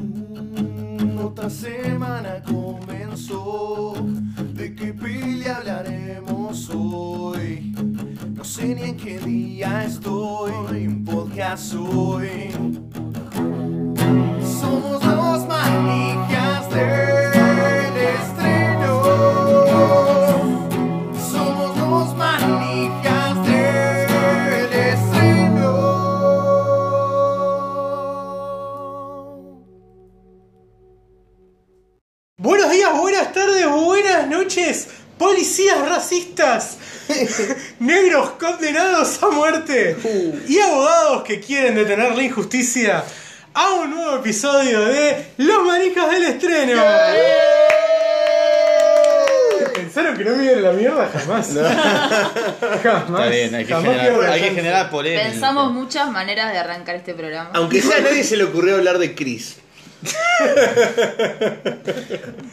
Mm, Otra semana comenzó. ¿De qué pile hablaremos hoy? No sé ni en qué día estoy. Un podcast hoy. Somos dos manijas del estreno. Somos dos manijas del estreno. Buenos días, buenas tardes, buenas noches, policías racistas, negros condenados a muerte Uh. y abogados que quieren detener la injusticia a un nuevo episodio de Los Maricas del Estreno. Pensaron que no me iba a la mierda jamás. jamás. Está bien, hay que, Jamás generar, quiero hay que reaccionar. generar polémica. Pensamos muchas maneras de arrancar este programa. Ah. Aunque sea a nadie se le ocurrió hablar de Chris.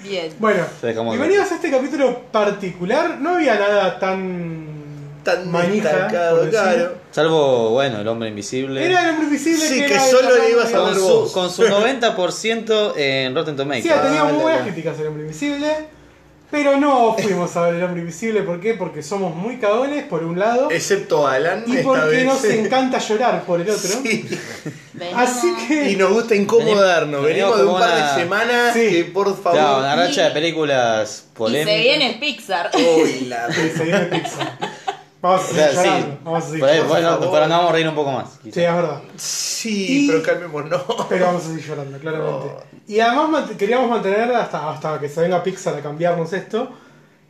Bien. Bueno, Se dejamos de- bienvenidos a este capítulo particular. No había nada tan. Tan manija, por destacado, decir. claro. Salvo, bueno, el hombre invisible. Era el hombre invisible Sí, que, que era el solo le tamaño ibas de- a con, ver su, vos. con su 90% en Rotten Tomatoes. Sí, ha tenido muy Dale, buenas dale. críticas el hombre invisible. Pero no fuimos a ver el hombre invisible. ¿Por qué? Porque somos muy cagones, por un lado. Excepto Alan. y esta porque vez. nos encanta llorar, por el otro. Sí, venimos. Así que. Y nos gusta incomodarnos. Venimos Venimos de un como par una- de semanas Sí. que, por favor. Claro, una racha Y- de películas Y polémicas. se viene Pixar. Eh, Uy, la- Sí, se viene Pixar. Vamos a O seguir sea, sí. llorando. Vamos a seguir Por ahí, llorando. bueno, favor. pero nos vamos a reír un poco más. Sí, es verdad. Sí, Y- pero calmémonos. Pero vamos a seguir llorando, claramente. Oh. Y además mant- queríamos mantener hasta, hasta que se venga Pixar a cambiarnos esto.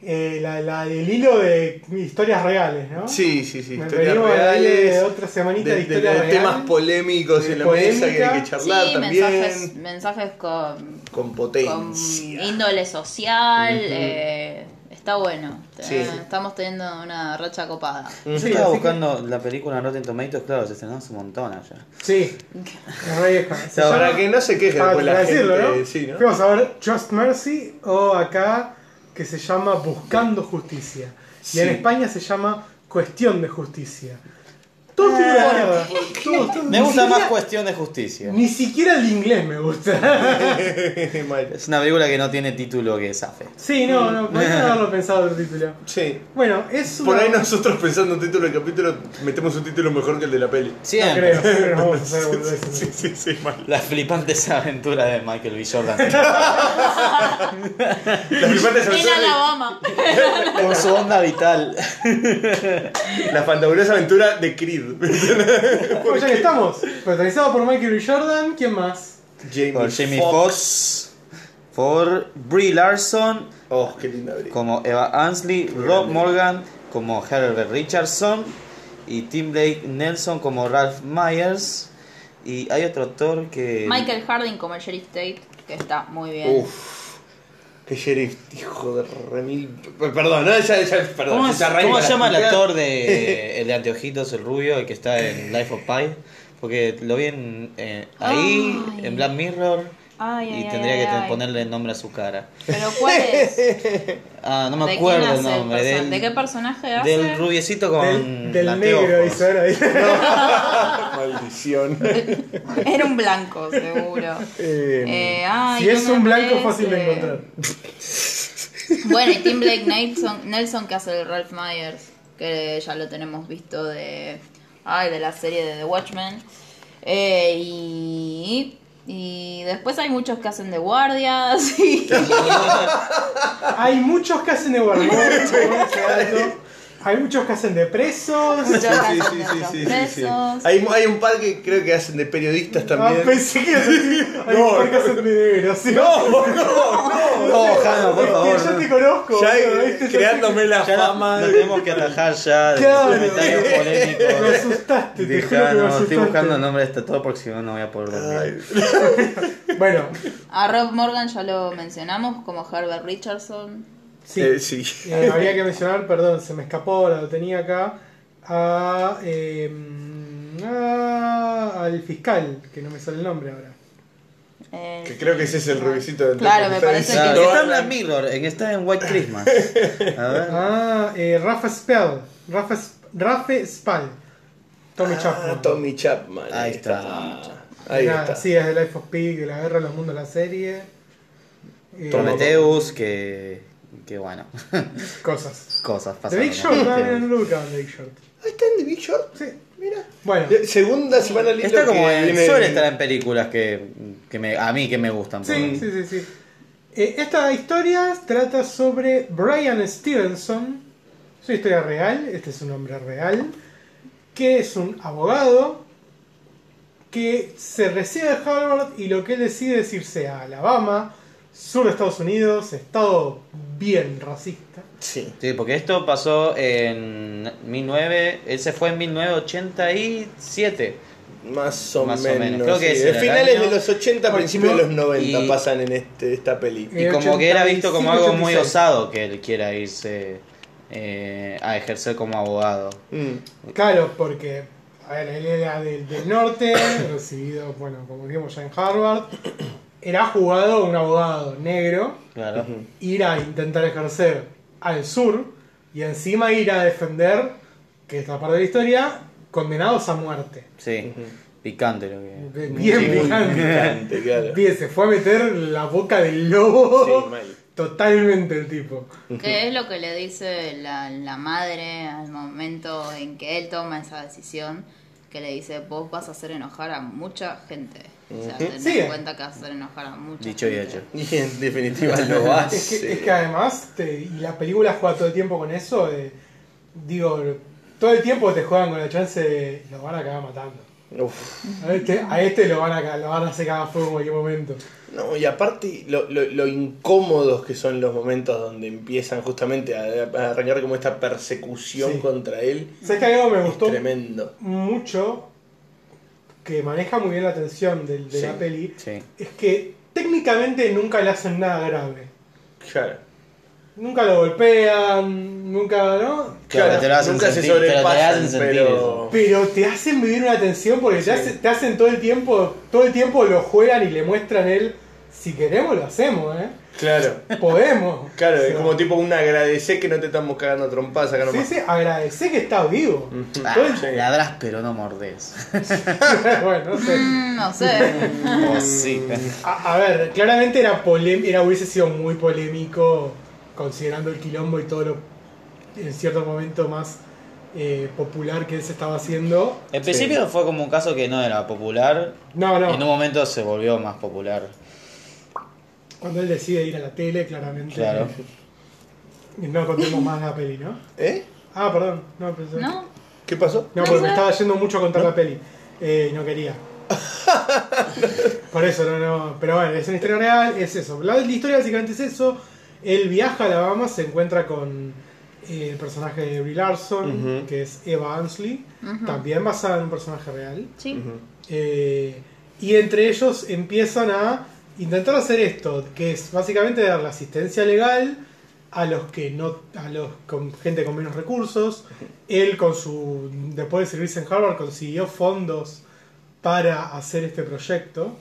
eh, la, la- el hilo de historias reales, ¿no? Sí, sí, sí. Me Historias venimos a darle reales. otra semanita de de- de- historias de reales. temas polémicos de en la mesa que hay polémica. que charlar sí, mensajes, también. mensajes con, Con con potencia. índole social. eh, está bueno. Sí. Eh, Estamos teniendo una racha copada. Yo Sí, estaba así buscando la película en Rotten Tomatoes, claro, se estrenó hace un montón allá. Sí, es re vieja. Se No, llama- Para que no se queje para, después la para gente. decirlo, ¿no? Sí, ¿no? Fuimos a ver Just Mercy o acá que se llama Buscando Justicia. Y en Sí. España se llama Cuestión de Justicia. Todo es una mierda. Todo- todo- Ah. Me ni gusta más siquiera- Cuestión de Justicia. Ni siquiera el inglés me gusta. Mal. Es una película que no tiene título que zafe. Sí, no, no, podría haberlo pensado el título. Sí. Bueno, es una... Por ahí nosotros pensando un título de capítulo, metemos un título mejor que el de la peli. No Siempre. creo, siempre nos vamos a hacer boludeces. Sí, sí, sí, mal. Las flipantes aventuras de Michael B. Jordan. Las primeras En aventuras, Alabama. Con su onda vital. la fantabulosa aventura de Creed. Bueno, ya que estamos. Protagonizado por Michael B. Jordan, ¿quién más? Jamie, Por Jamie Foxx. Por Brie Larson. Oh, qué linda abril. Como Eva Ansley. Rob Morgan como Herbert Richardson. Y Tim Blake Nelson como Ralph Myers. Y hay otro actor que. Michael Harding como el Sheriff Tate, que está muy bien. Uff. Qué sheriff, hijo de remil. Perdón, no, ya, ya, perdón. ¿Cómo, ya es- se arraiga cómo se la llama el puteada. actor de, el de anteojitos, el rubio, el que está en Life of Pi? Porque lo vi en, eh, ahí, Ay. en Black Mirror, Ay, y ay, tendría ay, que te- ay. ponerle el nombre a su cara. Pero ¿cuál es? ¿De Ah, no me quién acuerdo el hace el nombre. perso- del, ¿De qué personaje hace? Del rubiecito con Del, del anteojos. negro, dice ahora. Ah, Maldición. Era un blanco, seguro. Eh, Eh, ay, si no es me un blanco, fácil de parece. encontrar. Bueno, y Tim Blake Nelson, Nelson que hace el Ralph Myers, que ya lo tenemos visto de. Ay, de la serie de The Watchmen. Eh, y. Y después hay muchos que hacen de guardias. y- Hay muchos que hacen de guardianes, como ese dato. Hay muchos que hacen de presos. Ah, muchos que sí, hacen sí, sí, de los sí, sí, sí. presos. Hay, hay un par que creo que hacen de periodistas Ah, también. pues, pensé que ibas a decir, hay No. un par que hacen de negros. ¿sí? no, no, no. No, Jano, Oh, por Es que yo favor. te conozco. Ya boludo, ¿viste? eh, creándome la Ya no, fama. no tenemos que atajar ya de Claro. comentarios Me polémicos. asustaste, te juro Dejá, que me "Ah, no, asustaste. estoy buscando el nombre de este actor porque si no, no voy a poder dormir. Ay. Bueno, A Rob Morgan ya lo mencionamos como Herbert Richardson. sí. Eh, sí. Eh, había que mencionar, perdón, se me escapó, ahora lo tenía acá, a, em, eh, a- al fiscal, que no me sale el nombre ahora. El- Que creo que ese es el revisito del Claro, me Está parece Claro, diciendo, que- está en "Hola". Black Mirror, en- está en White Christmas. A ver. Ah, eh, Rafa Spell. Rafa, Sp- Rafe Spall. Tommy Ah, Chapman. Tommy Chapman. Ahí está. Ahí Nada, está. Sí, es de Life of Pi, que la guerra de los mundos de la serie. Eh, Prometheus, que. que bueno. Cosas. Cosas The pasaron. Big ¿no? Short, estaba Prometheus. mirando Luca en The Big Short. Ahí está en The Big Short. Sí. Mira. Bueno, Segunda semana linda Está como que en, viene- suele estar en películas que, que me, a mí que me gustan. por sí, lo sí, sí, sí. Eh, esta historia trata sobre Brian Stevenson. Es una historia real, este es un hombre real, que es un abogado que se recibe de Harvard y lo que él decide es irse a Alabama, sur de Estados Unidos, estado bien racista. Sí. Sí, porque esto pasó en 19, él se fue en 1987. Más o Más o menos. menos. Creo que sí. es De el finales año- de los 80, principios de los 90 Y- pasan en este, esta película. Eh, Y como que era visto como 85, algo muy 86. osado que él quiera irse eh, a ejercer como abogado. Mm. Claro, porque a ver, él era del, del norte, recibido, bueno, como dijimos ya en Harvard, era jugado un abogado negro, Claro. ir a intentar ejercer al sur y encima ir a defender, que es la parte de la historia, condenados a muerte. Sí, picante lo que. Bien Sí, muy picante. picante, claro. Bien, se fue a meter la boca del lobo. Sí, mal. Totalmente el tipo. ¿Qué es lo que le dice la, la madre al momento en que él toma esa decisión? Que le dice, vos vas a hacer enojar a mucha gente. O sea, ten Sí. en cuenta que vas a hacer enojar a mucha Dicho y gente. hecho. Y en definitiva lo Es hace. que, es que además, te- y la película juega todo el tiempo con eso, de- digo, todo el tiempo te juegan con la chance de lo van a acabar matando. Uf. A este, a este lo van a, ca- lo van a hacer cagar fuego en cualquier momento. No, y aparte lo, lo- lo incómodos que son los momentos donde empiezan justamente a, a arrancar como esta persecución Sí. contra él. ¿Sabes que algo me Es gustó tremendo. mucho, que maneja muy bien la tensión del- de, la Sí. peli, Sí. es que técnicamente nunca le hacen nada grave. Claro. Nunca lo golpean, nunca, ¿no? Claro, te lo hacen nunca se sentir- te lo- te lo sobrepasan, hacen sentir pero... Pero te hacen vivir una tensión porque te, hace- te hacen todo el tiempo, todo el tiempo lo juegan y le muestran él, si queremos lo hacemos, ¿eh? Claro. Podemos. Claro, O sea, es como tipo un agradecer que no te estamos cagando a trompadas acá Sí, nomás. sí, agradecé que estás vivo. Mm. Ah, Todo el- Sí. Ladrás pero no mordés. bueno, no sé. Mm, no sé. Oh, Mm, Cosita. A, a ver, claramente era polem era hubiese sido muy polémico considerando el quilombo y todo lo en cierto momento más eh, popular que él se estaba haciendo. En principio fue como un caso que no era popular. No, En un no. momento se volvió más popular. Cuando él decide ir a la tele, claramente. Claro. No contemos más la peli, ¿no? ¿Eh? Ah, perdón. No, pensé. ¿No? ¿Qué pasó? No, porque me estaba yendo mucho a contar la peli. Eh, y no quería. Por eso, no, no. Pero bueno, es una historia real, es eso. La, la historia básicamente es eso. Él viaja a Alabama, se encuentra con eh, el personaje de Brie Larson, Ujú. que es Eva Ansley, Ujú. también basada en un personaje real. Sí. Eh, y entre ellos empiezan a intentar hacer esto, que es básicamente dar la asistencia legal a los que no, a los con gente con menos recursos. Él con su después de servirse en Harvard consiguió fondos para hacer este proyecto,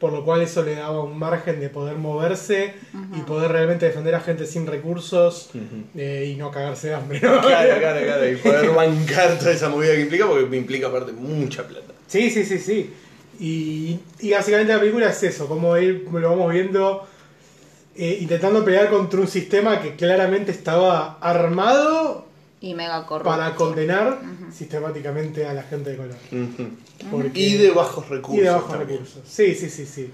por lo cual eso le daba un margen de poder moverse y poder realmente defender a gente sin recursos eh, y no cagarse de hambre. ¿no? Claro, claro, claro. Y poder bancar toda esa movida que implica, porque me implica aparte mucha plata. Sí, sí, sí, sí. Y, y básicamente la película es eso, como él lo vamos viendo eh, intentando pelear contra un sistema que claramente estaba armado Y mega corrupto. para condenar sistemáticamente a la gente de color. Porque- Y de bajos recursos. y de bajos también. recursos. Sí, sí, sí, sí.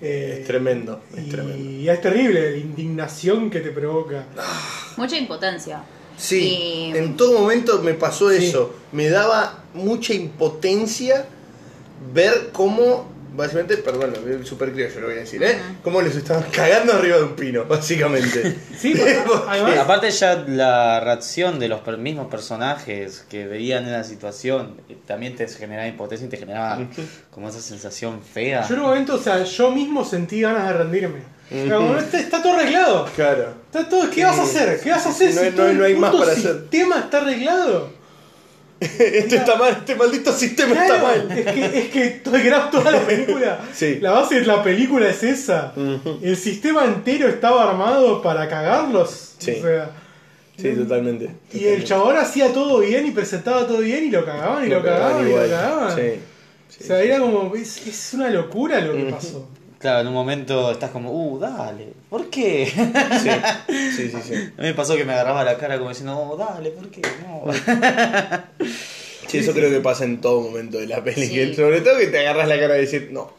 Eh, Es tremendo, es y tremendo. es terrible la indignación que te provoca. Mucha impotencia. Sí, Y- en todo momento me pasó Sí. eso. Me daba mucha impotencia ver cómo, básicamente, perdón, el super criollo lo voy a decir, ¿eh? Cómo les estaban cagando arriba de un pino, básicamente. Sí, porque- Sí, además, aparte ya la reacción de los per- mismos personajes que veían en la situación eh, también te generaba impotencia y te generaba como esa sensación fea. yo en un momento, o sea, yo mismo sentí ganas de rendirme. Pero como, "Este está todo arreglado. claro. Está todo, ¿Qué vas a hacer? ¿Qué vas a hacer No si hay- no todo hay- no hay el más puto para hacer. sistema está arreglado? Esto está mal, este maldito sistema está Claro, mal. Es que, es que to- grabó toda la película. Sí. La base de la película es esa. Ujú. El sistema entero estaba armado para cagarlos. Sí. O sea, Sí, totalmente. y el chabón hacía todo bien y presentaba todo bien y lo cagaban y lo, cagaban y igual. lo cagaban. Sí. sí, o sea, sí. era como. Es, es una locura lo que Ujú. pasó. Claro, en un momento estás como, uh, dale, ¿por qué? Sí, sí, sí. sí. A mí me pasó que me agarraba la cara como diciendo, oh, dale, ¿por qué? No. Sí, eso creo que pasa en todo momento de la peli. Sí. que Sobre todo que te agarras la cara de decir, no,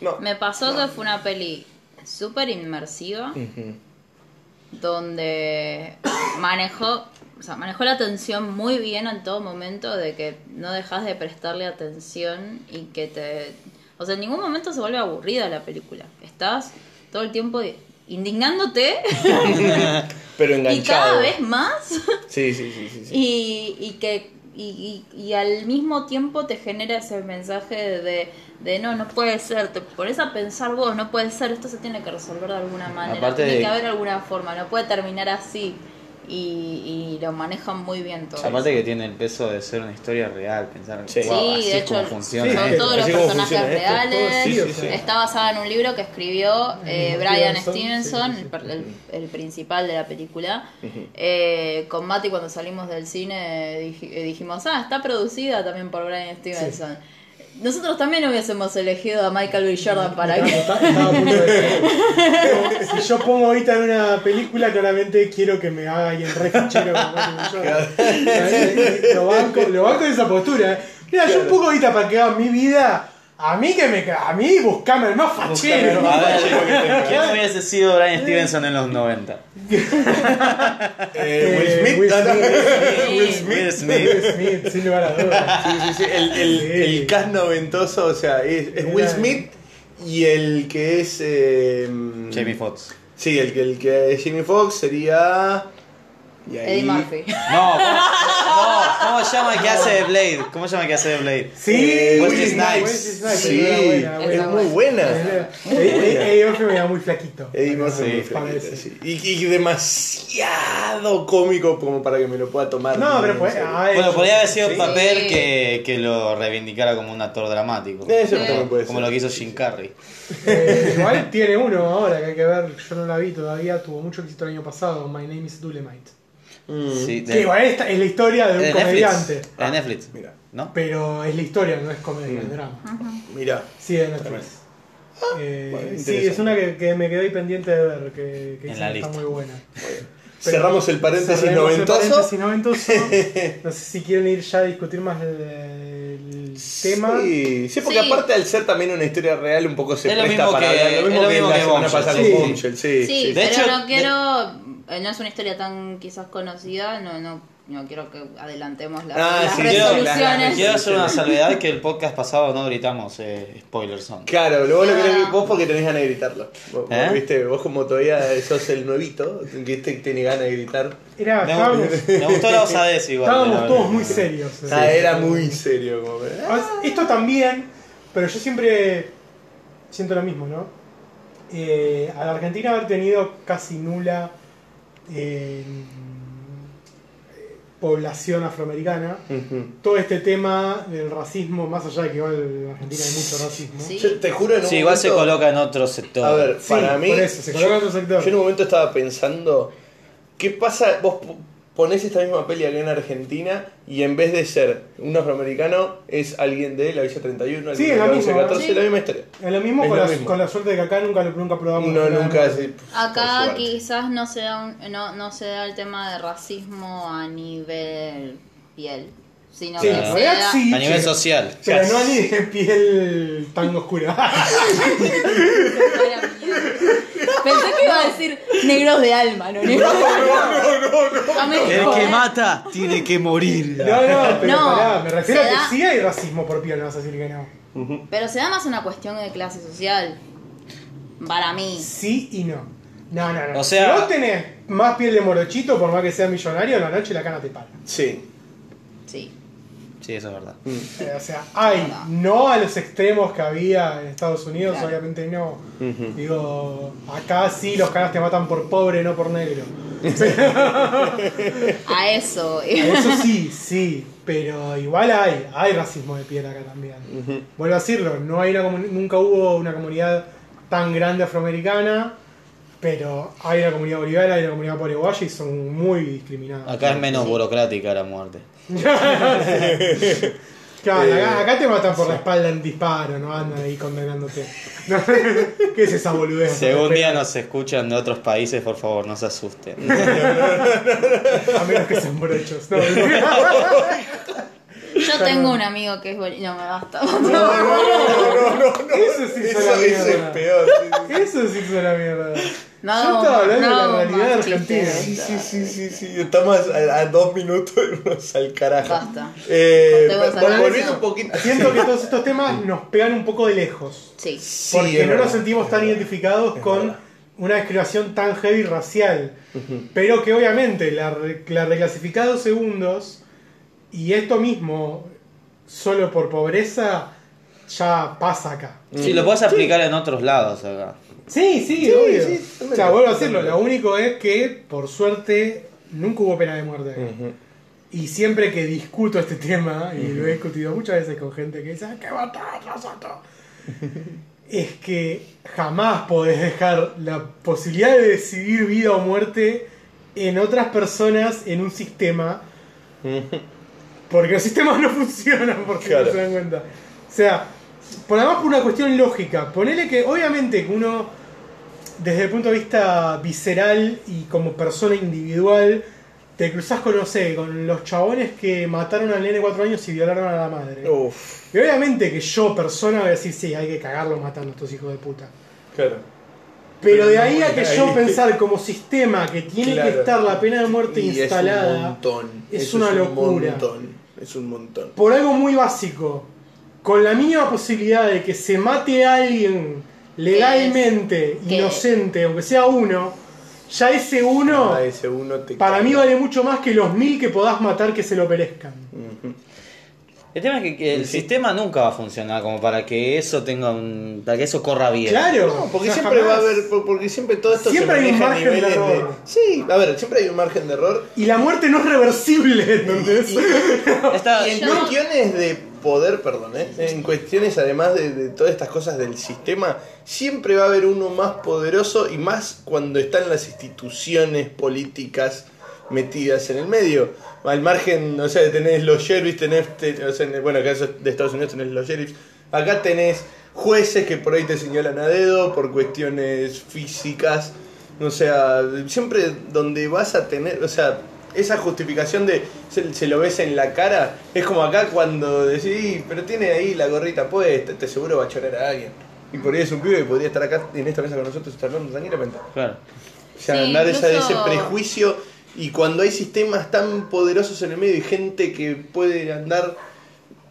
no. Me pasó que fue una peli súper inmersiva Ujú. donde manejó, o sea, manejó la atención muy bien en todo momento de que no dejas de prestarle atención y que te... O sea, en ningún momento se vuelve aburrida la película. Estás todo el tiempo indignándote Pero y enganchado. cada vez más. Sí, sí, sí, sí. sí. Y, y que y, y- y al mismo tiempo te genera ese mensaje de, de no, no puede ser, te pones a pensar vos, no puede ser, esto se tiene que resolver de alguna manera, Aparte tiene de- que haber alguna forma, no puede terminar así. Y, y lo manejan muy bien todo. Aparte que tiene el peso de ser una historia real, pensar, Sí. "Guau, Sí, así de es como hecho, funciona sí, son esto". todos los Así como personajes funciona esto, todo, reales. sí, sí, sí. Está basada en un libro que escribió eh, Mm, Brian Stevenson, Stevenson, sí, sí, sí. el per- El, el principal de la película. Eh, con Mati cuando salimos del cine dij- eh, dijimos, ah, está producida también por Brian Stevenson. Nosotros también hubiésemos elegido a Michael B. Jordan para Estaba- que... estaba- estaba a punto de decirlo. Como, Si yo pongo ahorita en una película, claramente quiero que me haga ahí el refichero como yo. Lo banco, lo banco de esa postura. eh. Mira, yo un poco ahorita para que haga mi vida. A mí que me ca- a mí buscame el más Pero, fachero. a ver, ¿Quién hubiese sido Brian Stevenson en los 90? Eh, Will Eh, Smith. Will ah, no. Smith. Will Smith. Will Will Smith. Smith, sin lugar a dudas. Sí, sí, sí. El, el, Sí. el cast noventoso, o sea, es, es Will Era- Smith y el que es. eh, Jamie Foxx. Sí, el que, el que es Jamie Foxx sería. y ahí- Eddie Murphy. No, ¿cómo, no, ¿cómo se llama el que hace de Blade? ¿Cómo se llama el que hace de Blade? Sí, Wesley Will Snipes. Eh, Sí, era buena, es buena. muy buena. Era- Eddie Eddie Murphy me da muy flaquito. Eddie Murphy Sí, muy flaquito, parece. sí. Y, y demasiado cómico como para que me lo pueda tomar. No, pero en fue. serio. ah, Bueno, eso- podría haber sido Sí. un papel que, que lo reivindicara como un actor dramático. Eso Sí. también puede ser. Como lo que hizo Jim Carrey. Eh, igual tiene uno ahora que hay que ver, yo no la vi todavía, tuvo mucho éxito el año pasado, My Name is Dulemite. Mm, Sí, Que igual esta es la historia de un de comediante, Netflix. De Netflix. Mira, ¿No? pero es la historia, no es comedia, es Mm. drama. mira. Sí, de Netflix. Eh, bueno, sí, interesante. es una que, que me quedé ahí pendiente de ver, que, que En dicen la que está lista. muy buena. Cerramos el paréntesis Cerremos el noventoso. paréntesis noventoso. No sé si quieren ir ya a discutir más el, el tema. Sí, sí, porque Sí. aparte al ser también una historia real un poco se Es lo presta mismo para que- hablar. lo mismo es lo que, mismo la que semana Bombshell, pasada sí. con Bombshell, sí. Sí, sí. De pero hecho, no quiero... eh, No es una historia tan quizás conocida, no, no, no quiero que adelantemos las, Ah, las sí, quiero- resoluciones. Quiero hacer una salvedad que el podcast pasado no gritamos eh, spoilers son. Claro, lo vos lo Ah. querés- vos porque tenés ganas de gritarlo. Vos, vos, ¿Eh? viste, vos como todavía sos el nuevito, que este tiene ganas de gritar. Era, Me, estábamos, me gustó la osadez igual. estábamos la todos verdad. muy serios. eh. Ah, Sí. era muy serio como que, ah, Ah, Esto también, pero yo siempre siento lo mismo, ¿no? Eh, a la Argentina haber tenido casi nula eh, población afroamericana, ujú. todo este tema del racismo, más allá de que igual en Argentina hay mucho racismo. Sí. Yo te juro en un Sí, igual se momento- coloca en otro sector. A ver, Sí, para mí. por eso, se coloca en otro sector. Yo en un momento estaba pensando, ¿qué pasa? Vos p- ponés esta misma peli acá en Argentina y en vez de ser un afroamericano, es alguien de la Villa 31, alguien Sí, de es la lo Villa mismo, 14, sí. la misma historia. Es lo mismo, Es con, lo la, mismo. con la suerte de que acá nunca, nunca probamos. No, nada nunca. más. sí, por Acá suerte. quizás no se, da un- no, no se da el tema de racismo a nivel piel, sino Sí, que en se realidad da... sí, A nivel pero- social. Pero no ni de piel tan oscura. Pensé que iba a decir negros de alma, no negros de alma. No, me jodas. mata tiene que morir. No, no, pero No, pará, me refiero a se que da- sí hay racismo por piel, no vas a decir que no. Pero se da más una cuestión de clase social. Para mí. Sí y no. No, no, no. O sea- si vos tenés más piel de morochito, por más que sea millonario, en la noche la cana te para. Sí. Sí. Sí, eso es verdad. Eh, o sea, hay, no a los extremos que había en Estados Unidos, Claro. obviamente no. Ujú. Digo, acá sí los canas te matan por pobre, no por negro. A eso. Eso sí, sí. Pero igual hay, hay racismo de piel acá también. Vuelvo a decirlo, no hay una comuni- nunca hubo una comunidad tan grande afroamericana, pero hay una comunidad boliviana, hay una comunidad paraguaya y son muy discriminadas. Acá es menos burocrática la muerte. Claro, Eh, acá, acá te matan por la espalda en disparo, no andan ahí condenándote. No, ¿Qué es esa boludez? Si algún día nos escuchan de otros países, por favor, no se asusten. A menos que sean morochos. No, Yo tengo un amigo que es boli- No, me basta. No, no, no, no, no. Eso sí Eso, fue la eso es mierda. peor. Eso sí fue la mierda. No, Yo estaba hablando de la no, realidad más argentina. chistes. Sí, sí, sí, sí, sí. Estamos a, a dos minutos y nos al carajo. Basta. Eh, Cortemos acá. vol- volviendo un poquito. Siento que todos estos temas nos pegan un poco de lejos. Sí. Sí, Porque es no nos verdad. sentimos tan identificados con verdad. una discriminación tan heavy racial. Pero que obviamente la, re- la reclasificada dos segundos y esto mismo, solo por pobreza, ya pasa acá. Si lo puedes aplicar en otros lados acá. Sí, sí, Sí, obvio. sí, totalmente. o sea, vuelvo a decirlo, lo único es que, por suerte, nunca hubo pena de muerte. acá. Ujú. Y siempre que discuto este tema, y lo he discutido muchas veces con gente que dice, "Hay que matar a Rosato", es que jamás podés dejar la posibilidad de decidir vida o muerte en otras personas en un sistema, porque los sistemas no funcionan, porque Claro. no se dan cuenta. O sea, por además por una cuestión lógica, ponele que obviamente que uno desde el punto de vista visceral y como persona individual, te cruzás con, no sé, con los chabones que mataron al nene de 4 años y violaron a la madre. Oh. Uf, Y obviamente que yo, persona, voy a decir, sí, hay que cagarlo matando a estos hijos de puta. claro. Pero de Pero ahí no, a que ahí- yo pensar como sistema que tiene que Claro. estar la pena de muerte Y instalada. Es un montón. es Eso una locura. Un montón. Es un montón. por algo muy básico, con la mínima posibilidad de que se mate a alguien legalmente, ¿Qué? inocente, aunque sea uno, ya ese uno, Ah, ese uno te para caga. mí vale mucho más que los mil que podás matar que se lo perezcan. El tema es que- que el sistema nunca va a funcionar como para que eso tenga un, para que eso corra bien. Claro, No, porque o sea, siempre jamás. va a haber, por- porque siempre todo esto Siempre se hay un maneja a margen de niveles error. Sí, a ver, siempre hay un margen de error. Y la muerte no es reversible, ¿entendés? Está- Y en Yo- cuestiones de poder, perdón, ¿eh? en cuestiones además de, de todas estas cosas del sistema, siempre va a haber uno más poderoso y más cuando están las instituciones políticas metidas en el medio. Al margen, o sea, tenés los sheriffs, tenés, te- o sea, en- bueno, acá eso- de Estados Unidos tenés los sheriffs, acá tenés jueces que por ahí te señalan a dedo por cuestiones físicas. O sea, siempre donde vas a tener, o sea, esa justificación de se, se lo ves en la cara, es como acá cuando decís, "Y, pero tiene ahí la gorrita puesta, te seguro va a chorar a alguien. Y por ahí es un pibe que podría estar acá en esta mesa con nosotros charlando tranquilamente. Claro. O sea, Sí, andar esa- incluso- ese prejuicio y cuando hay sistemas tan poderosos en el medio y gente que puede andar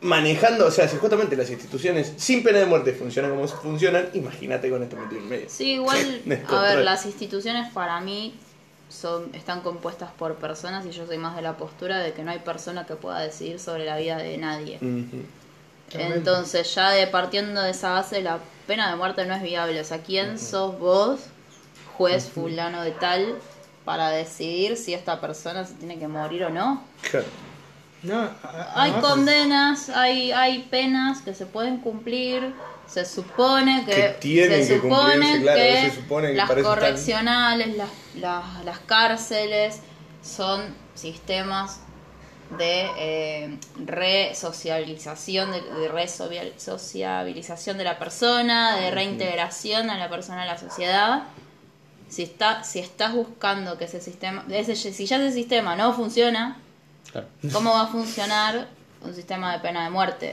manejando, o sea, si justamente las instituciones sin pena de muerte funcionan como funcionan, imagínate con esto metido en medio. Sí, igual, a Descontrol. ver, las instituciones para mí son, están compuestas por personas y yo soy más de la postura de que no hay persona que pueda decidir sobre la vida de nadie. Ujú. Tremendo. Entonces, ya de partiendo de esa base, la pena de muerte no es viable. O sea, ¿quién sos vos, juez fulano de tal, para decidir si esta persona se tiene que morir o no? Claro. No, a- Ah, a- pues. Hay además- condenas, hay, hay penas que se pueden cumplir. Se supone que, Que tienen se que supone cumplirse, claro, que se supone que las para eso están. correccionales, las, las, las cárceles son sistemas de eh, resocialización, de, de resovial- sociabilización de la persona, de reintegración a la persona a la sociedad. Si, está, si estás buscando que ese sistema, ese- si ya ese sistema no funciona, claro. ¿Cómo va a funcionar un sistema de pena de muerte?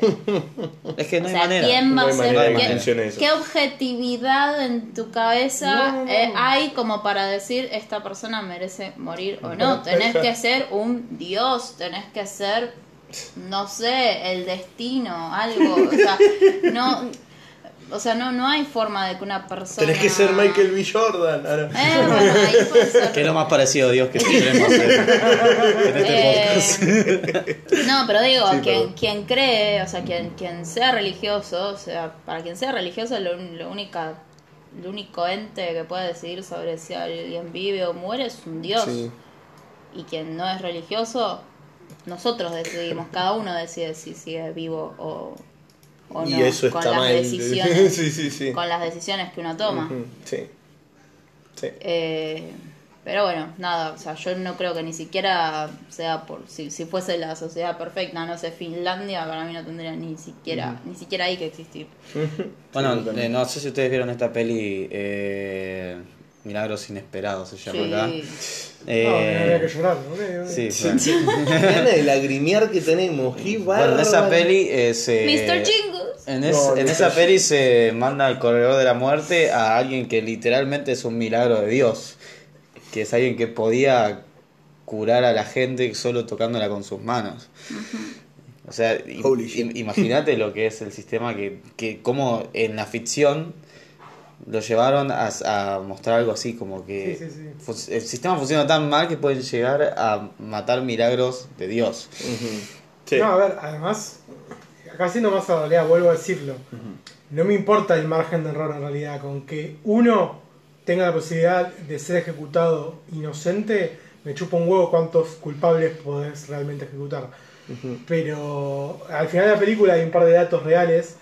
Es que no o hay sea, manera. ¿quién va No a hay ser? manera de que ¿qué, funcione eso. qué objetividad en tu cabeza No, no, no. eh, hay como para decir esta persona merece morir o no? Bueno, Tenés ya. que ser un dios, tenés que ser, no sé, el destino, algo. O sea, no, o sea, no, no hay forma de que una persona. Tenés que ser Michael B. Jordan. ahora. Eh, bueno, ahí puede ser. Que es lo más parecido a Dios que tendremos en, en este Eh, podcast. no, pero digo, Sí, quien, perdón. quien cree, o sea, quien, quien sea religioso, o sea, para quien sea religioso, lo, un- lo única, el único ente que puede decidir sobre si alguien vive o muere es un dios. Sí. Y quien no es religioso, nosotros decidimos, cada uno decide si sigue vivo o, o no. Y eso con está las mal. decisiones, sí, sí, sí. Con las decisiones que uno toma. Ujú, Sí. Sí. Eh, pero bueno, nada, o sea, yo no creo que ni siquiera sea por si, si fuese la sociedad perfecta, no sé, Finlandia para mí no tendría ni siquiera ni siquiera ahí que existir. Bueno, Sí, eh, no sé si ustedes vieron esta peli eh, Milagros Inesperados, se llama acá. Sí. No, había que Eh, llorar, ¿no? sí, Sí, sí. Gana de lagrimear que tenemos. Qué Bueno, en esa bárbaro. peli eh, se... Mr. Chingus. En, es- No, en no esa sé. peli se manda al corredor de la muerte a alguien que literalmente es un milagro de Dios. Que es alguien que podía curar a la gente solo tocándola con sus manos. O sea, i- Holy im- shit. imagínate lo que es el sistema que, que como en la ficción lo llevaron a, a mostrar algo así, como que Sí, sí, sí. fu- el sistema funciona tan mal que pueden llegar a matar milagros de Dios. Ujú. Sí. No, a ver, además, acá siendo más adolea, vuelvo a decirlo. No me importa el margen de error en realidad, con que uno tenga la posibilidad de ser ejecutado inocente, me chupa un huevo cuántos culpables podés realmente ejecutar. Pero al final de la película hay un par de datos reales.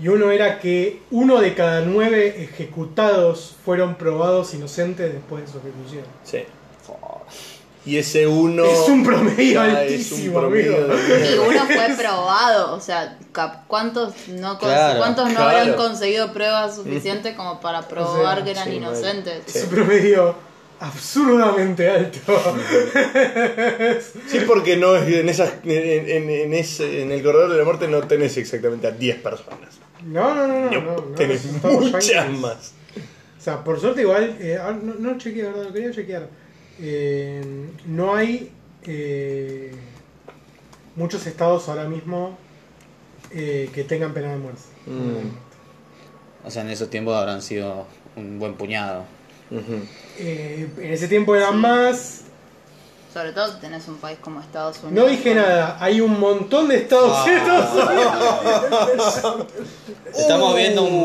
Y uno era que uno de cada nueve ejecutados fueron probados inocentes después de su ejecución. Sí. Y ese uno. es un promedio Ah, es un altísimo, promedio amigo. de mierda. Uno fue probado, o sea, cap- ¿cuántos no, con- Claro, cuántos no claro. habrán conseguido pruebas suficientes como para probar que eran sí, madre. inocentes? Sí. Es un promedio absurdamente alto. Sí, porque no es- en, esas, en, en- en ese- en el corredor de la muerte no tenés exactamente a 10 personas. No, no, no, no. no, no, tenés estamos muchas yankees. más. O sea, por suerte igual, eh, ah, no, no chequeé, de ¿verdad? Lo quería chequear. Eh, no hay eh, muchos estados ahora mismo eh, que tengan pena de muerte. O sea, en esos tiempos habrán sido un buen puñado. Ujú. Eh, en ese tiempo eran más... Sobre todo si tenés un país como Estados Unidos. ¡Ah! No dije nada, hay un montón de estados Ah. Unidos. Estamos Uh, viendo un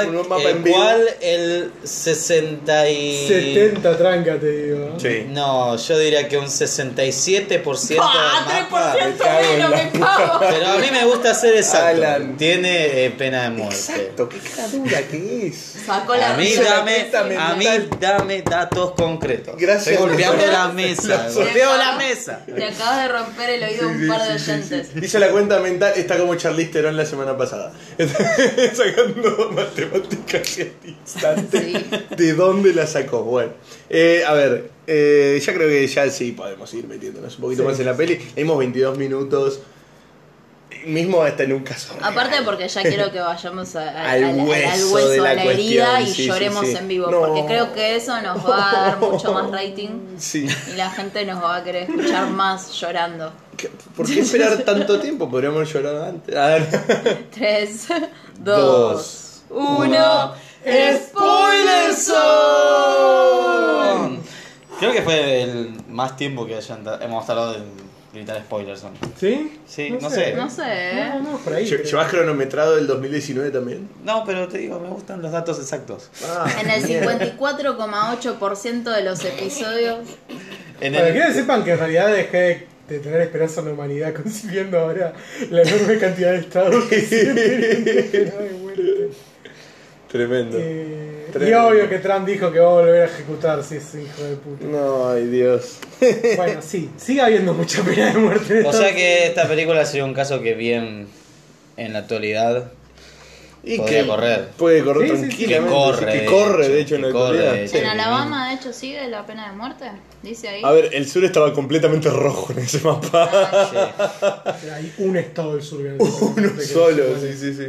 estamos viendo un mapa el en vivo. cual el 60 y... 70 tranca, te digo. Sí. No, yo diría que un 67% del ¡Ah! mapa. 3% menos que pago. Pero a mí me gusta ser exacto. Alan. Tiene eh, pena de muerte. Exacto, qué cara dura que es. Sacó la A mí, risa. dame, Exactamente. a mí dame datos concretos. Gracias. Estoy golpeando la mesa. Golpeo la mesa. Te acabas de romper el oído a un par de oyentes. Hizo la cuenta mental, está como Charlize Theron la semana pasada. Sacando matemáticas y al instante. Sí. ¿De dónde la sacó? Bueno, eh, a ver, eh, ya creo que ya sí podemos ir metiéndonos un poquito Sí. más en la peli. Leímos 22 minutos, mismo hasta en un caso. real. Aparte porque ya quiero que vayamos a- a- Al al, al- al hueso hueso, de la a la herida cuestión, y sí, sí, lloremos sí. en vivo, No. porque creo que eso nos va a dar mucho más rating Sí. y la gente nos va a querer escuchar más llorando. ¿Qué- ¿Por qué esperar tanto tiempo? Podríamos llorar antes. Ah, A ver. Tres, dos, uno. ¡Spoilers! Oh. Creo que fue el más tiempo que hayan da- hemos tardado en gritar spoilers. ¿no? ¿Sí? Sí, no sé. No sé, No, ¿eh? no, por ahí. Lle- ¿Llevás cronometrado del 2019 también? No, pero te digo, me gustan los datos exactos. Ah, En el bien. 54,8% de los episodios En Para el- que sepan que en realidad dejé de tener esperanza en la humanidad concibiendo ahora la enorme cantidad de estados que se tienen que generar de vuelta. Tremendo. Eh, y Tremendo. obvio que Trump dijo que va a volver a ejecutar si es hijo de puta. No, ay Dios. Bueno, sí, sigue habiendo mucha pena de muerte. en O sea Estados que esta película sería un caso que bien en la actualidad Y podría que correr. puede Sí, correr sí, sí. tranquilamente. Que corre, sí, de que corre, hecho, de hecho, en que la corre, de actualidad. hecho. Sí. en Alabama, de hecho, sigue la pena de muerte. Dice ahí. A ver, el sur estaba completamente rojo en ese mapa. Hay un estado del sur. que no se puede Uno creer que solo, se sí, sí, sí.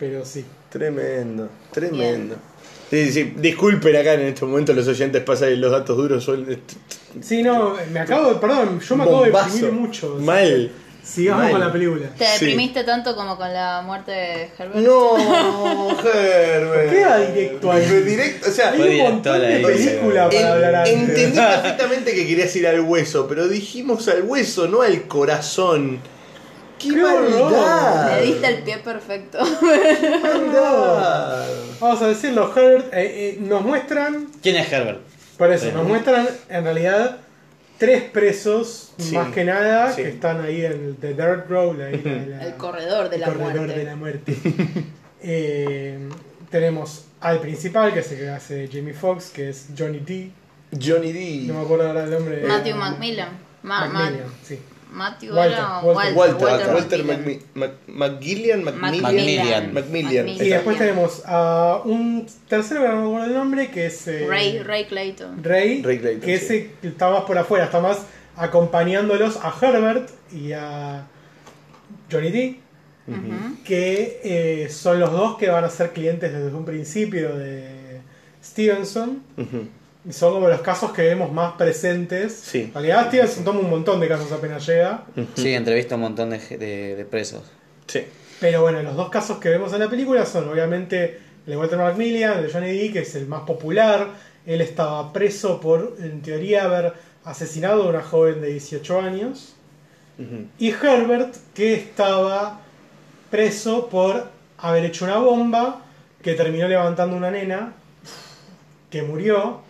Pero sí. Tremendo, tremendo. Sí, sí, disculpen acá en este momento los oyentes, pasa que los datos duros son est- Sí, no, me acabo de. Perdón, yo me acabo de bombazo. deprimir mucho. o sea, Mal. Sigamos Mal. con la película. ¿Te Sí. deprimiste tanto como con la muerte de Herbert? No, Herbert. ¿Por qué va directo ahí? Fue directo, o sea, Hay Fue un directo a montón la de dirección. película para hablar en- antes. entendí perfectamente que querías ir al hueso, pero dijimos al hueso, no al corazón. ¡Qué, ¡Qué horror! maldad! Le diste el pie perfecto. ¡Qué maldad! Vamos a decirlo, Herbert, eh, eh, nos muestran, ¿Quién es Herbert? por eso, nos muestran en realidad tres presos, Sí, más que nada, sí. que están ahí en el The Dirt Road, la isla de la- El corredor de el la corredor muerte. de la muerte. Eh, tenemos al principal, que se hace Jamie Foxx, que es Johnny D. Johnny No me D. acuerdo ahora el nombre. Matthew Eh, Macmillan. Ma- Ma- Macmillan, sí. Matthew Walter, era Walter. Walter. Walter, Walter, Macmillan. Macmi- Mac- McGillian, Macmillian. Macmillan. Macmillian. Y después tenemos a un tercero que no me acuerdo el nombre, que es. eh, Ray, Ray Clayton. Ray, Ray Clayton, que ese está más por afuera, está más acompañándolos a Herbert y a Johnny D, Ujú. que eh, son los dos que van a ser clientes desde un principio de Stevenson. Ujú. Y son como los casos que vemos más presentes. Sí. En realidad Stevenson toma un montón de casos apenas llega. Sí, entrevista a un montón de, de- de presos. Sí. Pero bueno, los dos casos que vemos en la película son obviamente el de Walter Macmillan, el de Johnny Dee, que es el más popular. Él estaba preso por, en teoría, haber asesinado a una joven de 18 años. Ujú. Y Herbert, que estaba preso por haber hecho una bomba que terminó levantando una nena que murió.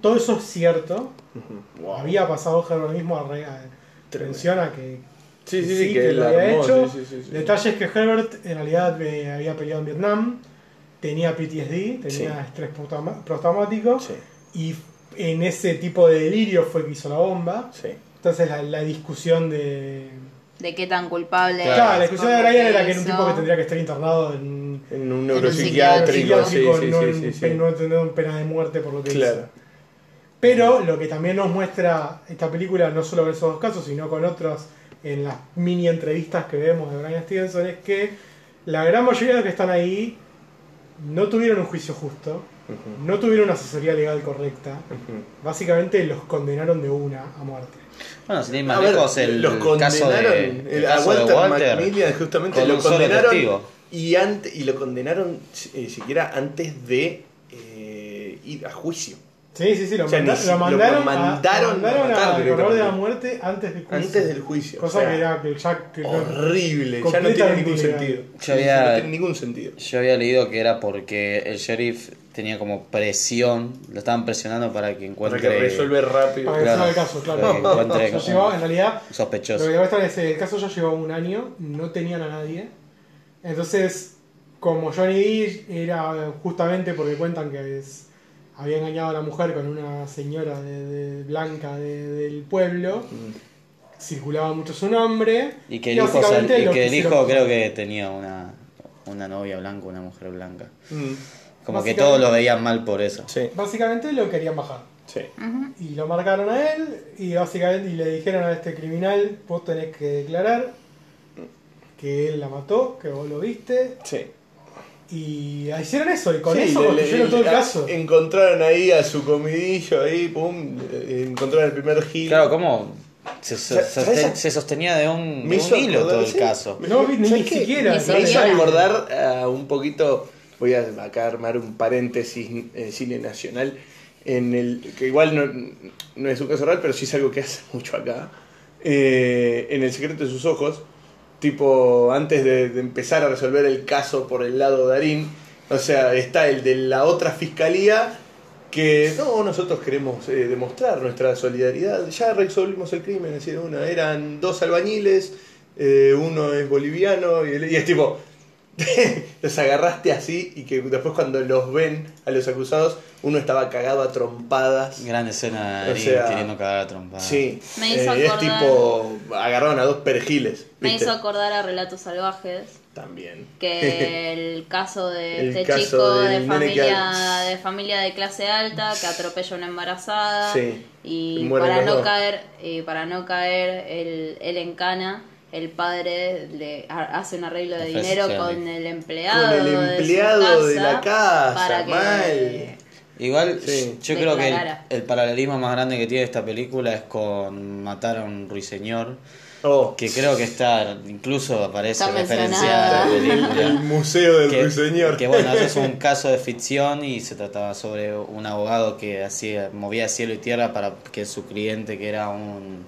Todo eso es cierto. Ujú. Wow. Había pasado Herbert mismo a, re- a- Tremendo. menciona que Sí, sí, que sí, sí, que, que él lo había armó, hecho. sí, sí, sí, sí. Detalles que Herbert en realidad eh, había peleado en Vietnam, tenía PTSD, tenía Sí. estrés postama- postraumático Sí, y en ese tipo de delirio fue que hizo la bomba. sí. Entonces la, la discusión de... De qué tan culpable Claro, es, la discusión de por lo Brian que era que era un hizo. tipo que tendría que estar internado en un En un psiquiátrico. neuropsiquiátrico, sí, psiquiátrico, sí, no, sí, en- sí, sí. no tener pena de muerte por lo que hizo. Claro. Pero lo que también nos muestra esta película, no solo con esos dos casos, sino con otros en las mini entrevistas que vemos de Brian Stevenson, es que la gran mayoría de los que están ahí no tuvieron un juicio justo, Ujú, no tuvieron una asesoría legal correcta. ujú. Básicamente los condenaron de una a muerte. Bueno, sin ir A más ver, lejos, el, los el caso de, condenaron, el el- a caso de Walter, Walter. Macmillan, justamente con lo un solo condenaron testigo. y, ante- y lo condenaron eh, siquiera antes de eh, ir a juicio, Sí, sí, sí, lo, O sea, manda- ni si- lo lo mandaron, mandaron a, lo mandaron a matar al corredor de la directamente. muerte antes del juicio. antes del juicio. Ah, Cosa o sea, que era que Jack... que- horrible, ya no tiene ningún Completamente sentido. ilegal. Sí, Yo había- ya No tiene ningún sentido. Yo había leído que era porque el sheriff tenía como presión, lo estaban presionando para que Para encuentre. que resuelve rápido. Para que Claro, resuelva el caso, para que claro. encuentre Ya como- llevaba, en realidad, Lo sospechoso. que muestran es el caso ya llevaba un año, no tenían a nadie. Entonces, como Johnny D era justamente porque cuentan que es- había engañado a la mujer con una señora de, de- blanca de- del pueblo, circulaba mucho su nombre. Mm. Y que el hijo, básicamente sal- y lo que el hijo quisieron- creo que tenía una, una novia blanca, una mujer blanca. Mm, Como que Básicamente- todos lo veían mal por eso. Sí, Básicamente lo querían bajar. sí. Ujú. Y lo marcaron a él y básicamente y le dijeron a este criminal, vos tenés que declarar que él la mató, que vos lo viste, sí. Y ah, hicieron eso, y con Sí, eso le- "Ah, construyeron le- todo el a- caso. Encontraron ahí a su comidillo, ahí, pum, eh, encontraron el primer gil. Claro, como se, so- ¿Sabes? soste- se sostenía de un, Me de un hizo hilo acordar, todo el sí. caso. No, ni, ni ¿Sabes qué? siquiera. Ni ¿sabes? Me hizo siquiera. acordar ah, un poquito, voy a acá armar un paréntesis eh, cine nacional, en el que igual no, no es un caso real, pero sí es algo que hace mucho acá, eh, en El secreto de sus ojos, tipo antes de, de empezar a resolver el caso por el lado de Darín, o sea, está el de la otra fiscalía que no, nosotros queremos eh, demostrar nuestra solidaridad. Ya resolvimos el crimen, es decir, una, eran dos albañiles, eh, uno es boliviano y, el- y es tipo, los agarraste así y que después cuando los ven a los acusados, uno estaba cagado a trompadas. Gran escena de O Darín sea, queriendo cagar a trompada. Sí, Me hizo eh, es acordar- tipo, agarraron a dos perjiles. Me ¿viste? hizo acordar a Relatos Salvajes. También. que el caso de El este caso chico de del nene que familia al- de familia de clase alta que atropella a una embarazada Sí. Y y mueren para los no dos. caer y para no caer el él en cana el padre le ha- hace un arreglo de Ofrece dinero Charlie. con el Con empleado el de su empleado de, la casa, para que mal. Igual Sí. yo creo que el, Declarara. el paralelismo más grande que tiene esta película es con Matar a un ruiseñor, Oh. que creo que está, incluso aparece Está referenciada en la mencionada. El película. museo del Que- ruiseñor. Que bueno, eso es un caso de ficción y se trataba sobre un abogado que hacía, movía cielo y tierra para que su cliente, que era un,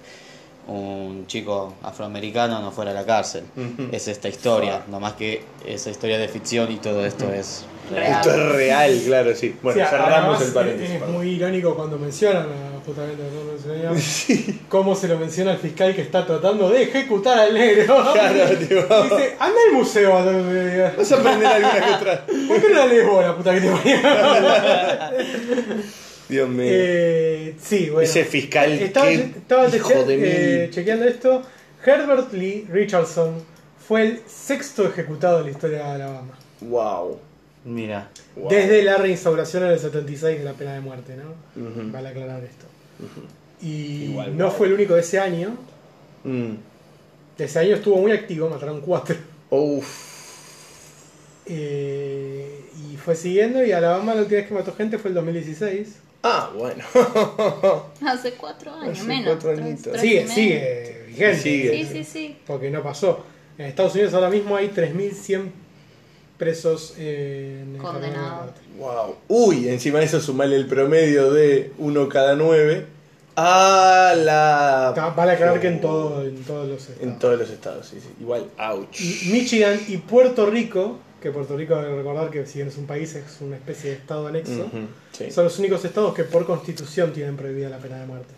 un chico afroamericano no fuera a la cárcel. Ujú. Es esta historia, nomás que esa historia de ficción y todo esto es Real. Esto es real, claro, sí. Bueno, O sea, cerramos además, eh, el paréntesis. Es perdón. muy irónico cuando mencionan a justamente a Norman Schwarzenegger, cómo se lo menciona al fiscal que está tratando de ejecutar al negro. Claro, tipo. Dice, anda al museo a Norman Schwarzenegger. Vas a aprender alguna que otra. ¿Por qué no la lees vos, la puta que te parió? Dios mío. eh, sí, bueno. Ese fiscal Estaba, qué estaba hijo cheque- de mil. eh, chequeando esto. Herbert Lee Richardson fue el sexto ejecutado en la historia de Alabama. Wow. Mira, wow. Desde la reinstauración en el 76 de la pena de muerte, ¿no? Ujú. Vale aclarar esto. Y Igual, no vale. fue el único de ese año. Mm. De ese año estuvo muy activo, mataron cuatro. Uf. Eh, y fue siguiendo y Alabama la última vez que mató gente fue el 2016. Ah, bueno. Hace cuatro años, Hace menos. cuatro tres- añitos. tres y Sigue, medio. sigue vigente. Sigue. Sí, sí, sí. Porque no pasó. En Estados Unidos ahora mismo hay 3.100 presos eh, en el Condenados. cargo de muerte. Wow. Uy, encima de eso sumale el promedio de uno cada nueve a Está- la... Vale aclarar que en, todo, en todos los estados. En todos los estados, sí, sí. Igual, ouch. Y Michigan y Puerto Rico, que Puerto Rico hay que recordar que si bien es un país es una especie de estado anexo, Ujú, Sí, son los únicos estados que por constitución tienen prohibida la pena de muerte.